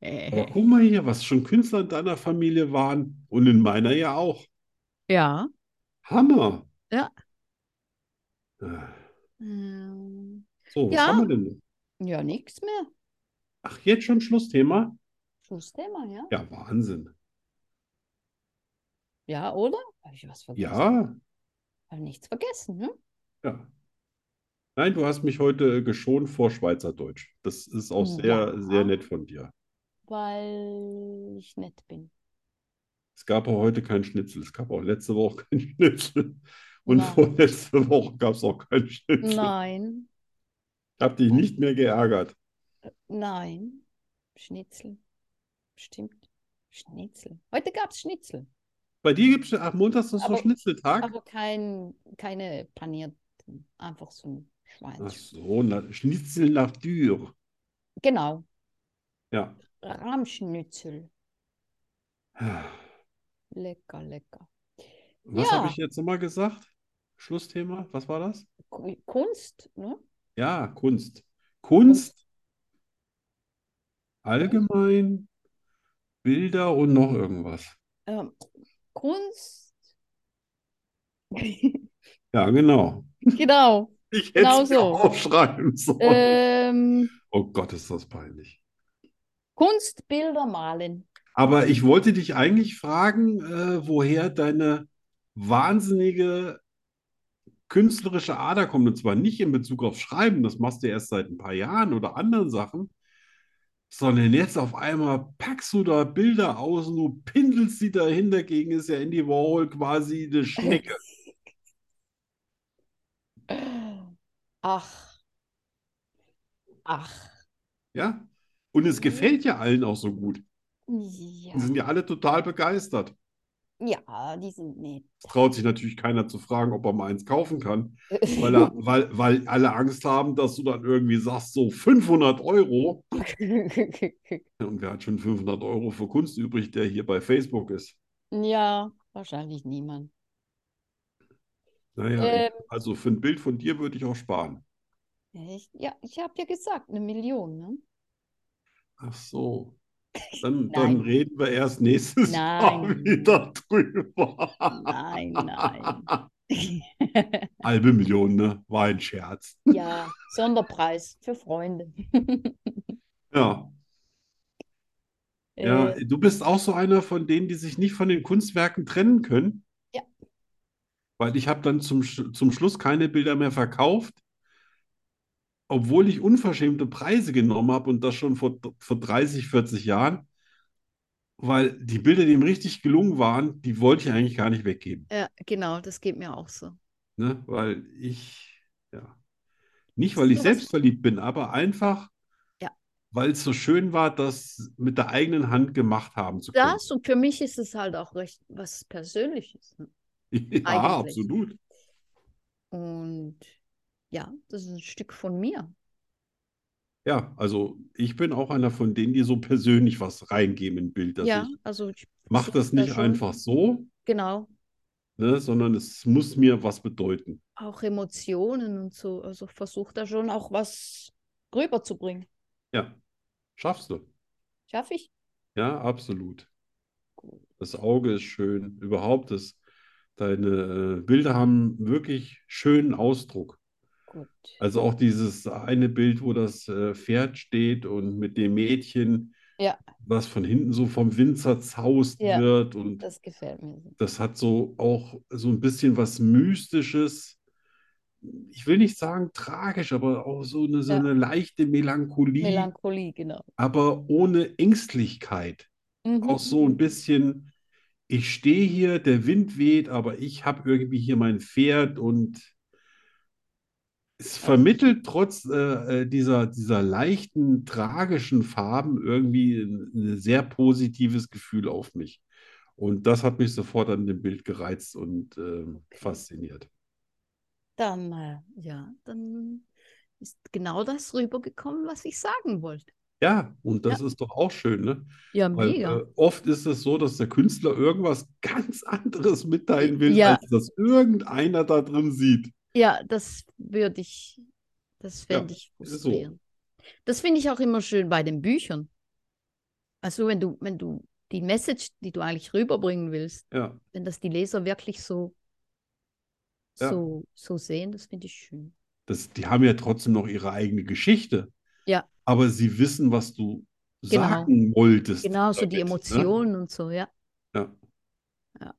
Speaker 2: Aber guck mal hier, was schon Künstler in deiner Familie waren und in meiner ja auch.
Speaker 1: Ja.
Speaker 2: Hammer.
Speaker 1: Ja.
Speaker 2: So,
Speaker 1: Ähm,
Speaker 2: was
Speaker 1: Ja.
Speaker 2: haben wir denn?
Speaker 1: Ja, nichts mehr.
Speaker 2: Ach, jetzt schon Schlussthema?
Speaker 1: Schlussthema, ja?
Speaker 2: Ja, Wahnsinn.
Speaker 1: Ja, oder? Habe ich was vergessen?
Speaker 2: Ja,
Speaker 1: Habe nichts vergessen, ne?
Speaker 2: ja. Nein, du hast mich heute geschont vor Schweizerdeutsch. Das ist auch
Speaker 1: Oh,
Speaker 2: sehr,
Speaker 1: Ja.
Speaker 2: sehr nett von dir.
Speaker 1: Weil ich nett bin.
Speaker 2: Es gab auch heute keinen Schnitzel. Es gab auch letzte Woche (laughs) keinen Schnitzel. Und
Speaker 1: Nein.
Speaker 2: vorletzte Woche gab es auch keinen Schnitzel.
Speaker 1: Nein,
Speaker 2: Ich habe dich nicht mehr geärgert.
Speaker 1: nein. Schnitzel. Stimmt. Schnitzel. Heute gab es Schnitzel,
Speaker 2: Bei dir gibt es, ach, montags ist so
Speaker 1: Aber-
Speaker 2: Schnitzeltag.
Speaker 1: aber kein, keine panierten, einfach so ein
Speaker 2: Ach
Speaker 1: Schwein.
Speaker 2: so, na, Schnitzel nach Dürr.
Speaker 1: Genau.
Speaker 2: Ja. (sighs)
Speaker 1: Rahmschnitzel. Lecker, lecker.
Speaker 2: Was
Speaker 1: Ja.
Speaker 2: habe ich jetzt nochmal gesagt? Schlussthema, was war das?
Speaker 1: Ku- Kunst, ne?
Speaker 2: Ja, Kunst. Kunst, allgemein, Bilder und noch irgendwas.
Speaker 1: Ähm, Kunst.
Speaker 2: Ja, genau.
Speaker 1: (laughs) Genau.
Speaker 2: Ich hätte
Speaker 1: Genau
Speaker 2: es mir
Speaker 1: so. Äh,
Speaker 2: aufschreiben sollen.
Speaker 1: Ähm,
Speaker 2: Oh Gott, ist das peinlich.
Speaker 1: Kunstbilder malen.
Speaker 2: Aber ich wollte dich eigentlich fragen, äh, woher deine wahnsinnige künstlerische Ader kommt. Und zwar nicht in Bezug auf Schreiben, das machst du erst seit ein paar Jahren oder anderen Sachen, sondern jetzt auf einmal packst du da Bilder aus und du pindelst sie dahin. Dagegen ist ja Andy Warhol quasi eine Schnecke.
Speaker 1: Ach. Ach.
Speaker 2: Ja? Und es gefällt ja allen auch so gut.
Speaker 1: Ja,
Speaker 2: Die sind ja alle total begeistert.
Speaker 1: ja die sind nett.
Speaker 2: Es traut sich natürlich keiner zu fragen, ob er mal eins kaufen kann, weil, er, weil, weil alle Angst haben, dass du dann irgendwie sagst, so 500 Euro. Und wer hat schon 500 Euro für Kunst übrig, der hier bei Facebook ist?
Speaker 1: (laughs) ja, wahrscheinlich niemand.
Speaker 2: Naja,
Speaker 1: Ähm.
Speaker 2: also für ein Bild von dir würde ich auch sparen.
Speaker 1: Echt? Ja, ich habe ja gesagt, eine Million, ne?
Speaker 2: Ach so. Dann, dann
Speaker 1: Nein.
Speaker 2: reden wir erst nächstes Jahr
Speaker 1: Nein.
Speaker 2: wieder drüber.
Speaker 1: Nein, nein. (laughs)
Speaker 2: Halbe Million, ne? War ein Scherz.
Speaker 1: Ja, Sonderpreis für Freunde.
Speaker 2: Ja, ja.
Speaker 1: Äh,
Speaker 2: Du bist auch so einer von denen, die sich nicht von den Kunstwerken trennen können.
Speaker 1: Ja.
Speaker 2: Weil ich habe dann zum, Sch- zum Schluss keine Bilder mehr verkauft, obwohl ich unverschämte Preise genommen habe und das schon vor, vor 30, 40 Jahren. Weil die Bilder, die ihm richtig gelungen waren, die wollte ich eigentlich gar nicht weggeben.
Speaker 1: (laughs) ja, genau, das geht mir auch so.
Speaker 2: Ne? Weil ich, ja, nicht weil ich
Speaker 1: Sowas-
Speaker 2: selbstverliebt bin, aber einfach,
Speaker 1: Ja.
Speaker 2: weil es so schön war, das mit der eigenen Hand gemacht haben zu können.
Speaker 1: Das und für mich ist es halt auch recht was Persönliches. Ne? (laughs)
Speaker 2: Ja,
Speaker 1: Eigentlich.
Speaker 2: absolut.
Speaker 1: Und ja, das ist ein Stück von mir.
Speaker 2: Ja, also ich bin auch einer von denen, die so persönlich was reingeben in ein Bild. Also
Speaker 1: ja,
Speaker 2: ich
Speaker 1: also ich
Speaker 2: mache das
Speaker 1: versuch da
Speaker 2: nicht
Speaker 1: schon-
Speaker 2: einfach so,
Speaker 1: Genau,
Speaker 2: ne, sondern es muss mir was bedeuten.
Speaker 1: auch Emotionen und so. Also versuche da schon auch was rüberzubringen.
Speaker 2: Ja, schaffst du.
Speaker 1: Schaffe ich?
Speaker 2: Ja, absolut. Das Auge ist schön. Überhaupt ist, deine äh, Bilder haben wirklich schönen Ausdruck.
Speaker 1: Gut.
Speaker 2: Also auch dieses eine Bild, wo das äh, Pferd steht und mit dem Mädchen,
Speaker 1: Ja.
Speaker 2: was von hinten so vom Wind zerzaust
Speaker 1: Ja.
Speaker 2: wird. Und
Speaker 1: Das gefällt mir. so.
Speaker 2: das hat so auch so ein bisschen was Mystisches. Ich will nicht sagen tragisch, aber auch so eine, so
Speaker 1: Ja.
Speaker 2: eine leichte Melancholie,
Speaker 1: Melancholie, genau.
Speaker 2: aber ohne Ängstlichkeit.
Speaker 1: Mhm.
Speaker 2: Auch so ein bisschen, ich stehe hier, der Wind weht, aber ich habe irgendwie hier mein Pferd und es vermittelt trotz äh, äh, dieser, dieser leichten, tragischen Farben irgendwie ein, ein sehr positives Gefühl auf mich. Und das hat mich sofort an dem Bild gereizt und ähm, fasziniert.
Speaker 1: Dann, äh, ja, dann ist genau das rübergekommen, was ich sagen wollte.
Speaker 2: Ja, und das ist doch auch schön, ne?
Speaker 1: Ja,
Speaker 2: Weil
Speaker 1: mega.
Speaker 2: äh, oft ist es so, dass der Künstler irgendwas ganz anderes mitteilen will,
Speaker 1: Ja.
Speaker 2: als das irgendeiner da drin sieht.
Speaker 1: Ja, das würde ich, das
Speaker 2: Ja,
Speaker 1: fände ich
Speaker 2: ist so.
Speaker 1: frustrierend. Das finde ich auch immer schön bei den Büchern. Also wenn du, wenn du die Message, die du eigentlich rüberbringen willst,
Speaker 2: Ja,
Speaker 1: wenn das die Leser wirklich so,
Speaker 2: Ja.
Speaker 1: so, so sehen, das finde ich schön.
Speaker 2: das, die haben ja trotzdem noch ihre eigene Geschichte.
Speaker 1: Ja.
Speaker 2: Aber sie wissen, was du
Speaker 1: Genau.
Speaker 2: sagen wolltest.
Speaker 1: Genau, so die
Speaker 2: damit, ne?
Speaker 1: Emotionen und so, ja.
Speaker 2: Ja.
Speaker 1: Ja.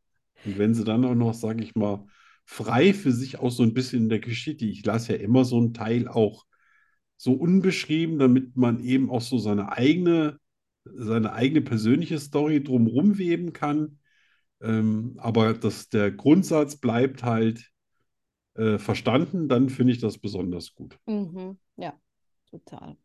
Speaker 2: Und wenn sie dann auch noch, sage ich mal, frei für sich auch so ein bisschen in der Geschichte, ich lasse ja immer so einen Teil auch so unbeschrieben, damit man eben auch so seine eigene, seine eigene persönliche Story drumherum weben kann. Ähm, aber dass der Grundsatz bleibt halt äh, verstanden, dann finde ich das besonders gut.
Speaker 1: Mhm, ja, total.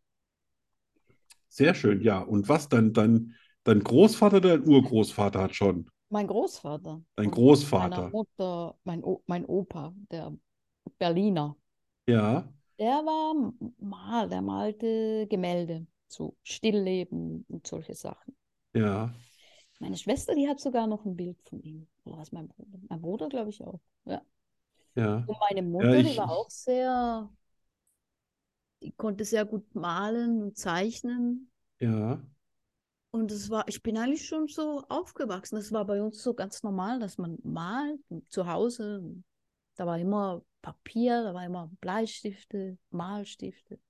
Speaker 2: Sehr schön, ja. Und was dann, dann, dein Großvater, dein Urgroßvater hat schon,
Speaker 1: Mein Großvater. und
Speaker 2: dein
Speaker 1: meiner
Speaker 2: Großvater.
Speaker 1: Mutter, mein, o mein Opa, der Berliner,
Speaker 2: Ja,
Speaker 1: der war M- Mal, der malte Gemälde zu Stillleben und solche Sachen.
Speaker 2: ja.
Speaker 1: Meine Schwester, die hat sogar noch ein Bild von ihm. Oder was mein Bruder? Mein Bruder, glaube ich, auch. Ja.
Speaker 2: Ja,
Speaker 1: Und meine Mutter, die
Speaker 2: ich-
Speaker 1: war auch sehr, die konnte sehr gut malen und zeichnen.
Speaker 2: ja,
Speaker 1: Und es war, ich bin eigentlich schon so aufgewachsen. Das war bei uns so ganz normal, dass man malt und zu Hause. und Da war immer Papier, da war immer Bleistifte, Malstifte.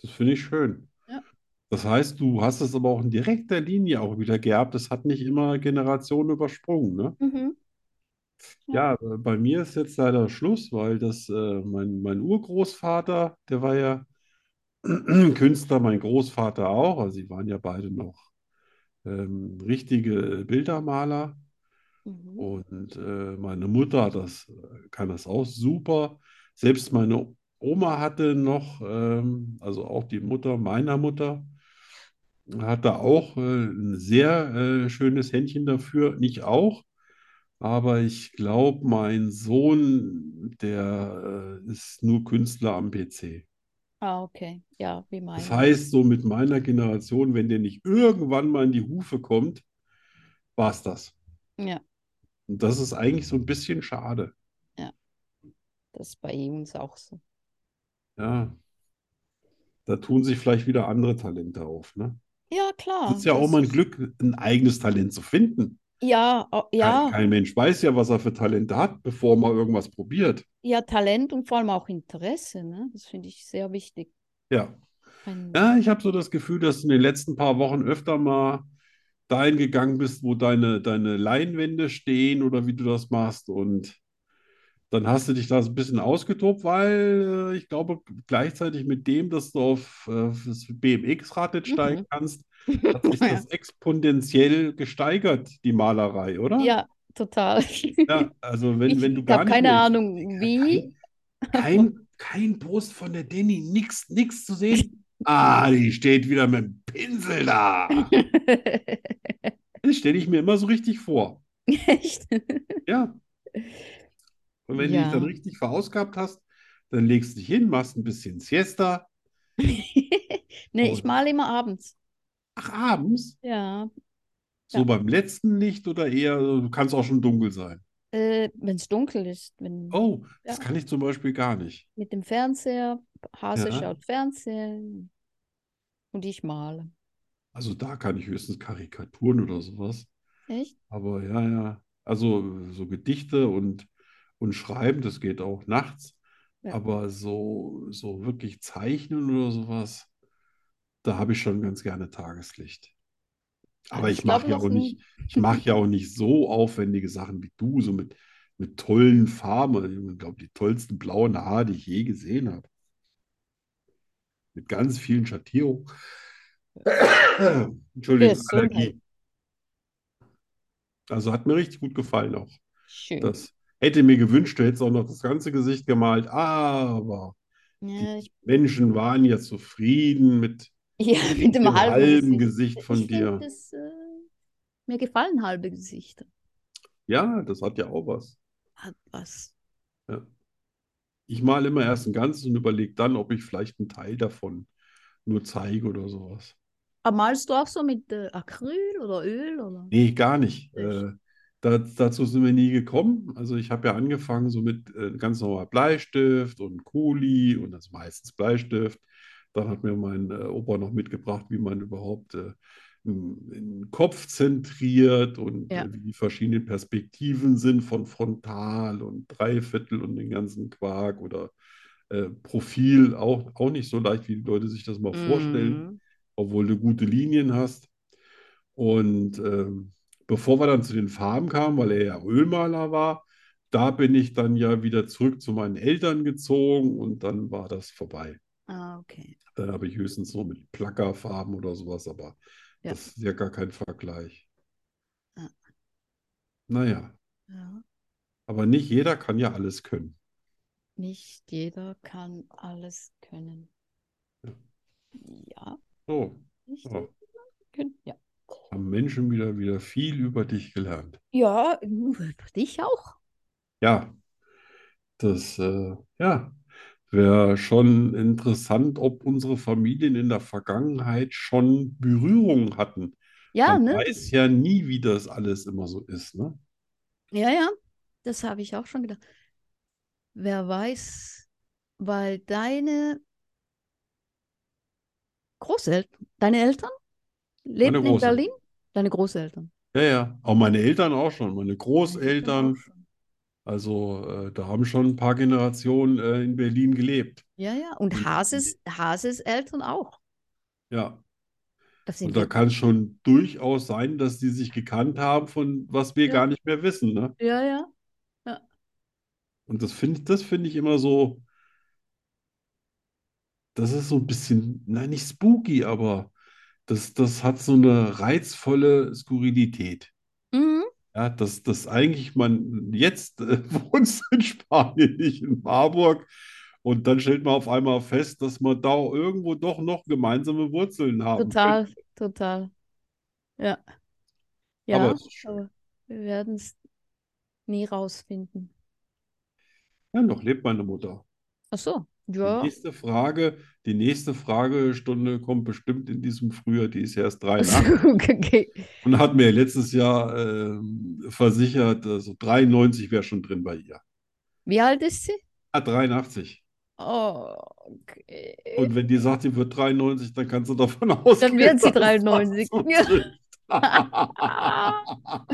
Speaker 2: das finde ich schön.
Speaker 1: Ja.
Speaker 2: Das heißt, du hast es aber auch in direkter Linie auch wieder geerbt. Das hat nicht immer Generationen übersprungen, ne? Ja,
Speaker 1: Ja.
Speaker 2: äh, bei mir ist jetzt leider Schluss, weil das, äh, mein, mein Urgroßvater, der war ja (clears throat) Künstler, mein Großvater auch. Also, sie waren ja beide noch ähm, richtige Bildermaler.
Speaker 1: Mhm.
Speaker 2: Und äh, meine Mutter hat das, äh, kann das auch super. Selbst meine Oma hatte noch, ähm, also auch die Mutter meiner Mutter, hat da auch äh, ein sehr äh, schönes Händchen dafür. Ich auch. Aber ich glaube, mein Sohn, der äh, ist nur Künstler am PC.
Speaker 1: Ah, okay. Ja, wie
Speaker 2: Das
Speaker 1: meine.
Speaker 2: heißt, so mit meiner Generation, wenn der nicht irgendwann mal in die Hufe kommt, war es das.
Speaker 1: Ja,
Speaker 2: Und das ist eigentlich so ein bisschen schade.
Speaker 1: das ist bei uns auch so.
Speaker 2: Ja, da tun sich vielleicht wieder andere Talente auf, ne?
Speaker 1: Ja,
Speaker 2: Es
Speaker 1: klar.
Speaker 2: ist ja auch
Speaker 1: das-
Speaker 2: mal ein Glück, ein eigenes Talent zu finden.
Speaker 1: Ja, au-
Speaker 2: Kein,
Speaker 1: ja,
Speaker 2: kein Mensch weiß ja, was er für Talente hat, bevor man irgendwas probiert.
Speaker 1: ja, Talent und vor allem auch Interesse, ne? Das finde ich sehr wichtig.
Speaker 2: Ja.
Speaker 1: Ein,
Speaker 2: Ja, ich habe so das Gefühl, dass du in den letzten paar Wochen öfter mal dahin gegangen bist, wo deine, deine Leinwände stehen oder wie du das machst. Und dann hast du dich da so ein bisschen ausgetobt, weil äh, ich glaube, gleichzeitig mit dem, dass du auf äh, das BMX-Rad nicht steigen
Speaker 1: Mhm. (laughs)
Speaker 2: kannst, hat sich
Speaker 1: Ja.
Speaker 2: das exponentiell gesteigert, die Malerei, oder?
Speaker 1: ja, total. (laughs)
Speaker 2: Ja, also wenn,
Speaker 1: Ich
Speaker 2: wenn du
Speaker 1: habe
Speaker 2: gar nicht
Speaker 1: keine
Speaker 2: mehr.
Speaker 1: Ahnung, wie.
Speaker 2: Kein, kein Post von der Denny, nix, nix zu sehen. Ah, die steht wieder mit dem Pinsel da. Das stelle ich mir immer so richtig vor.
Speaker 1: (laughs) Echt? (laughs)
Speaker 2: Ja. Und wenn du dich dann
Speaker 1: Ja.
Speaker 2: richtig verausgabt hast, dann legst du dich hin, machst ein bisschen Siesta.
Speaker 1: Nee, ich male immer abends.
Speaker 2: Ach, abends?
Speaker 1: Ja,
Speaker 2: So
Speaker 1: Ja.
Speaker 2: beim letzten Licht oder eher, also du kannst auch schon dunkel sein.
Speaker 1: äh, wenn es dunkel ist, wenn
Speaker 2: Oh, das
Speaker 1: Ja.
Speaker 2: kann ich zum Beispiel gar nicht.
Speaker 1: mit dem Fernseher, Hase
Speaker 2: Ja.
Speaker 1: schaut Fernsehen und ich male.
Speaker 2: Also da kann ich höchstens Karikaturen oder sowas.
Speaker 1: Echt?
Speaker 2: Aber ja, ja. Also so Gedichte und, und Schreiben, das geht auch nachts.
Speaker 1: Ja.
Speaker 2: Aber so, so wirklich zeichnen oder sowas, da habe ich schon ganz gerne Tageslicht. Aber
Speaker 1: Also Ich
Speaker 2: ich mache
Speaker 1: glaube
Speaker 2: ja
Speaker 1: noch
Speaker 2: auch
Speaker 1: nie.
Speaker 2: nicht, ich mache ja auch nicht so aufwendige Sachen wie du, so mit, mit tollen Farben. Ich glaube, die tollsten blauen Haare, die ich je gesehen habe. Mit ganz vielen
Speaker 1: (coughs)
Speaker 2: Schattierungen. Entschuldigung,
Speaker 1: Gesundheit.
Speaker 2: Allergie. Also hat mir richtig gut gefallen auch.
Speaker 1: Schön.
Speaker 2: Das hätte mir gewünscht, du hättest auch noch das ganze Gesicht gemalt, aber
Speaker 1: Ja, ich,
Speaker 2: Menschen waren ja zufrieden mit
Speaker 1: (laughs) ja, mit dem
Speaker 2: dem halben
Speaker 1: halben
Speaker 2: Gesicht von
Speaker 1: Ich finde
Speaker 2: dir.
Speaker 1: das, äh, mir gefallen halbe Gesichter.
Speaker 2: Ja, das hat ja auch was.
Speaker 1: Hat Ah, was.
Speaker 2: Ich male immer erst ein Ganzes und überlege dann, ob ich vielleicht einen Teil davon nur zeige oder sowas.
Speaker 1: Aber Ah, malst du auch so mit äh, Acryl oder Öl oder?
Speaker 2: Nee, gar nicht.
Speaker 1: Echt?
Speaker 2: Äh, da, dazu sind wir nie gekommen. Also ich habe ja angefangen so mit äh, ganz normal Bleistift und Kuli und das meistens Bleistift. Dann hat mir mein äh, Opa noch mitgebracht, wie man überhaupt äh, n- den Kopf zentriert und
Speaker 1: Ja.
Speaker 2: äh, wie die verschiedenen Perspektiven sind von Frontal und Dreiviertel und den ganzen Quark oder äh, Profil. Auch, auch nicht so leicht, wie die Leute sich das mal vorstellen
Speaker 1: Mhm.
Speaker 2: obwohl du gute Linien hast. Und ähm, bevor wir dann zu den Farben kamen, weil er ja Ölmaler war, da bin ich dann ja wieder zurück zu meinen Eltern gezogen und dann war das vorbei.
Speaker 1: Ah, okay.
Speaker 2: Dann habe ich höchstens so mit Plakkerfarben oder sowas, aber
Speaker 1: Ja.
Speaker 2: das ist ja gar kein Vergleich.
Speaker 1: Ja.
Speaker 2: Naja,
Speaker 1: Ja.
Speaker 2: aber nicht jeder kann ja alles können.
Speaker 1: Nicht jeder kann alles können. Ja,
Speaker 2: So,
Speaker 1: nicht
Speaker 2: ja,
Speaker 1: jeder können. Ja.
Speaker 2: haben Menschen wieder, wieder viel über dich gelernt.
Speaker 1: Ja, uh, dich auch.
Speaker 2: Ja, das, äh, ja, wäre schon interessant, ob unsere Familien in der Vergangenheit schon Berührungen hatten.
Speaker 1: Ja,
Speaker 2: Man
Speaker 1: ne?
Speaker 2: weiß ja nie, wie das alles immer so ist, ne?
Speaker 1: Ja, ja. Das habe ich auch schon gedacht. Wer weiß, weil deine Großeltern, deine Eltern lebten in
Speaker 2: Großeltern.
Speaker 1: Berlin? Deine Großeltern.
Speaker 2: Ja, ja. Auch meine Eltern auch schon, meine
Speaker 1: Meine Eltern auch
Speaker 2: Großeltern.
Speaker 1: schon.
Speaker 2: Also, äh, da haben schon ein paar Generationen, äh, in Berlin gelebt.
Speaker 1: Ja, ja. Und Hases, Hases Eltern auch.
Speaker 2: Ja.
Speaker 1: Das sind
Speaker 2: Und da
Speaker 1: wir.
Speaker 2: kann es schon durchaus sein, dass die sich gekannt haben, von was wir
Speaker 1: Ja.
Speaker 2: gar nicht mehr wissen, ne?
Speaker 1: Ja, ja.
Speaker 2: Und das finde das finde ich immer so, das ist so ein bisschen, nein, nicht spooky, aber das, das hat so eine reizvolle Skurrilität.
Speaker 1: Mhm.
Speaker 2: Ja, dass, (laughs) dass eigentlich man jetzt äh, wohnst du in Spanien, nicht in Marburg, Und dann stellt man auf einmal fest, dass man da irgendwo doch noch gemeinsame Wurzeln haben.
Speaker 1: Total, total. Ja. Ja,
Speaker 2: Aber es ist schön.
Speaker 1: aber wir werden es nie rausfinden.
Speaker 2: Ja, noch lebt meine Mutter.
Speaker 1: Ach so,
Speaker 2: Die
Speaker 1: ja.
Speaker 2: nächste Frage, die nächste Fragestunde kommt bestimmt in diesem Frühjahr. Die ist ja
Speaker 1: (laughs)
Speaker 2: erst 83
Speaker 1: Okay.
Speaker 2: und hat mir letztes Jahr ähm, versichert, also 93 wäre schon drin bei ihr.
Speaker 1: Wie alt ist sie?
Speaker 2: Ah, 83.
Speaker 1: Oh, okay.
Speaker 2: Und wenn die sagt, sie wird 93, dann kannst du davon (laughs) ausgehen,
Speaker 1: wird sie
Speaker 2: dass das
Speaker 1: 93.
Speaker 2: so
Speaker 1: Ja.
Speaker 2: trifft.
Speaker 1: Ah.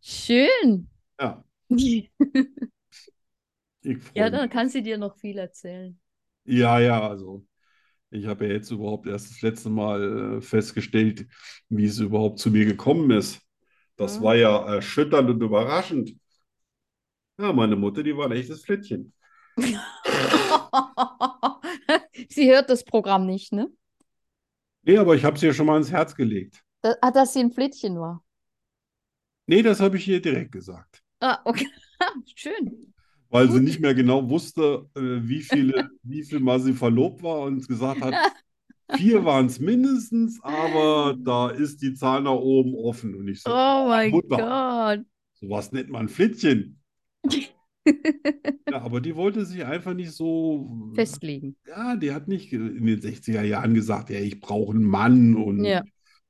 Speaker 1: Schön.
Speaker 2: Ja, ich freue
Speaker 1: Ja,
Speaker 2: mich.
Speaker 1: dann kann sie dir noch viel erzählen.
Speaker 2: (laughs)
Speaker 1: (laughs)
Speaker 2: Ja, ja, also ich habe ja jetzt überhaupt erst das letzte Mal äh, festgestellt, wie es überhaupt zu mir gekommen ist. Das
Speaker 1: Mhm.
Speaker 2: war ja erschütternd und überraschend. Ja, meine Mutter, die war ein echtes Flittchen.
Speaker 1: Sie hört das Programm nicht, ne?
Speaker 2: Nee, aber ich habe es ihr schon mal ins Herz gelegt.
Speaker 1: Da- Ah, dass sie ein Flittchen war.
Speaker 2: Nee, das habe ich ihr direkt gesagt,
Speaker 1: Ah, okay. (laughs) Schön.
Speaker 2: weil sie
Speaker 1: Gut.
Speaker 2: nicht mehr genau wusste, äh, wie
Speaker 1: (laughs)
Speaker 2: viele, wie viel Mal sie verlobt war und gesagt hat, vier waren es mindestens, aber da ist die Zahl nach oben offen. Und ich so,
Speaker 1: Oh mein
Speaker 2: Wunderbar. sowas nennt man Flittchen.
Speaker 1: (laughs) Gott.
Speaker 2: Ja, aber die wollte sich einfach nicht so. (laughs)
Speaker 1: Festlegen.
Speaker 2: Ja, die hat nicht in den 60er Jahren gesagt, ja, ich brauche einen Mann und
Speaker 1: Ja.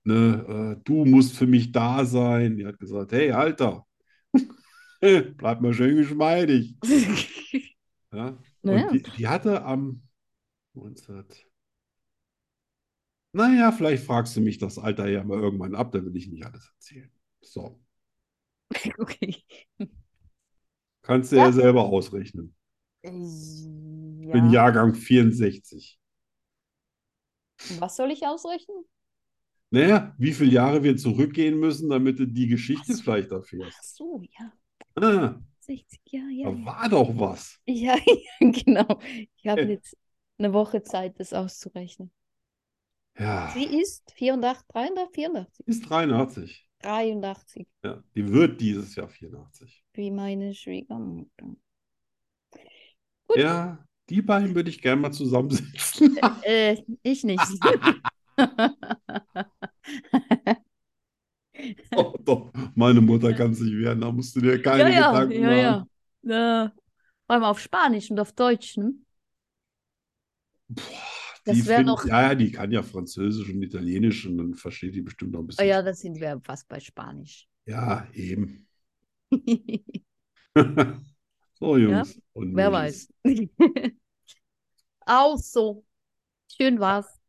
Speaker 2: ne, äh, du musst für mich da sein. Die hat gesagt, hey, Alter, (laughs) bleib mal schön geschmeidig. Ja?
Speaker 1: Naja.
Speaker 2: Und die, die hatte am 19. Naja, vielleicht fragst du mich das Alter ja mal irgendwann ab, dann will ich nicht alles erzählen. So,
Speaker 1: Okay.
Speaker 2: kannst du ja selber ausrechnen. Ich bin
Speaker 1: Äh, Ja.
Speaker 2: Jahrgang 64.
Speaker 1: Was soll ich ausrechnen?
Speaker 2: Naja, wie viele Jahre wir zurückgehen müssen, damit du die Geschichte
Speaker 1: Ach so.
Speaker 2: vielleicht erfährst.
Speaker 1: Ach so, ja.
Speaker 2: Ah,
Speaker 1: 60, ja, ja,
Speaker 2: da war doch was.
Speaker 1: ja. (laughs) Ja, ja, genau. Ich habe
Speaker 2: Ja.
Speaker 1: jetzt eine Woche Zeit, das auszurechnen.
Speaker 2: Ja,
Speaker 1: Sie ist 84, 83, 84,
Speaker 2: ist 83.
Speaker 1: 83,
Speaker 2: Ja, die wird dieses Jahr 84.
Speaker 1: wie meine Schwiegermutter.
Speaker 2: Ja, die beiden würde ich gerne
Speaker 1: (laughs)
Speaker 2: mal zusammensetzen.
Speaker 1: Äh, ich nicht.
Speaker 2: (laughs) Oh, doch, meine Mutter kann sich wehren, da musst du dir keine
Speaker 1: ja, ja,
Speaker 2: Gedanken
Speaker 1: ja,
Speaker 2: machen.
Speaker 1: ja. ja. Vor allem auf Spanisch und auf Deutsch, ne?
Speaker 2: Die
Speaker 1: Das wäre
Speaker 2: find-
Speaker 1: noch.
Speaker 2: ja, ja, die kann ja Französisch und Italienisch und dann versteht die bestimmt noch ein
Speaker 1: Oh
Speaker 2: bisschen.
Speaker 1: ja, da sind wir fast bei Spanisch. (laughs)
Speaker 2: Ja, eben. (laughs) So, Jungs und
Speaker 1: Wer
Speaker 2: Mädels.
Speaker 1: weiß. (laughs) Also, schön war's.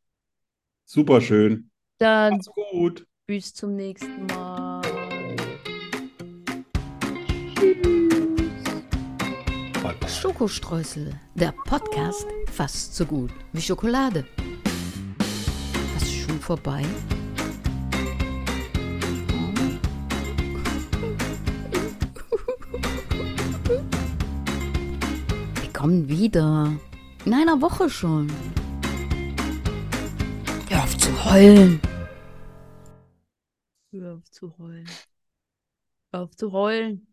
Speaker 2: Super schön.
Speaker 1: Dann
Speaker 2: Macht's gut.
Speaker 1: bis zum nächsten Mal.
Speaker 3: Schokostreusel, der Podcast fast so gut wie Schokolade. Was ist schon vorbei? Wir kommen wieder. In einer Woche schon. Hör auf zu heulen.
Speaker 1: Hör auf zu heulen. Hör auf zu heulen.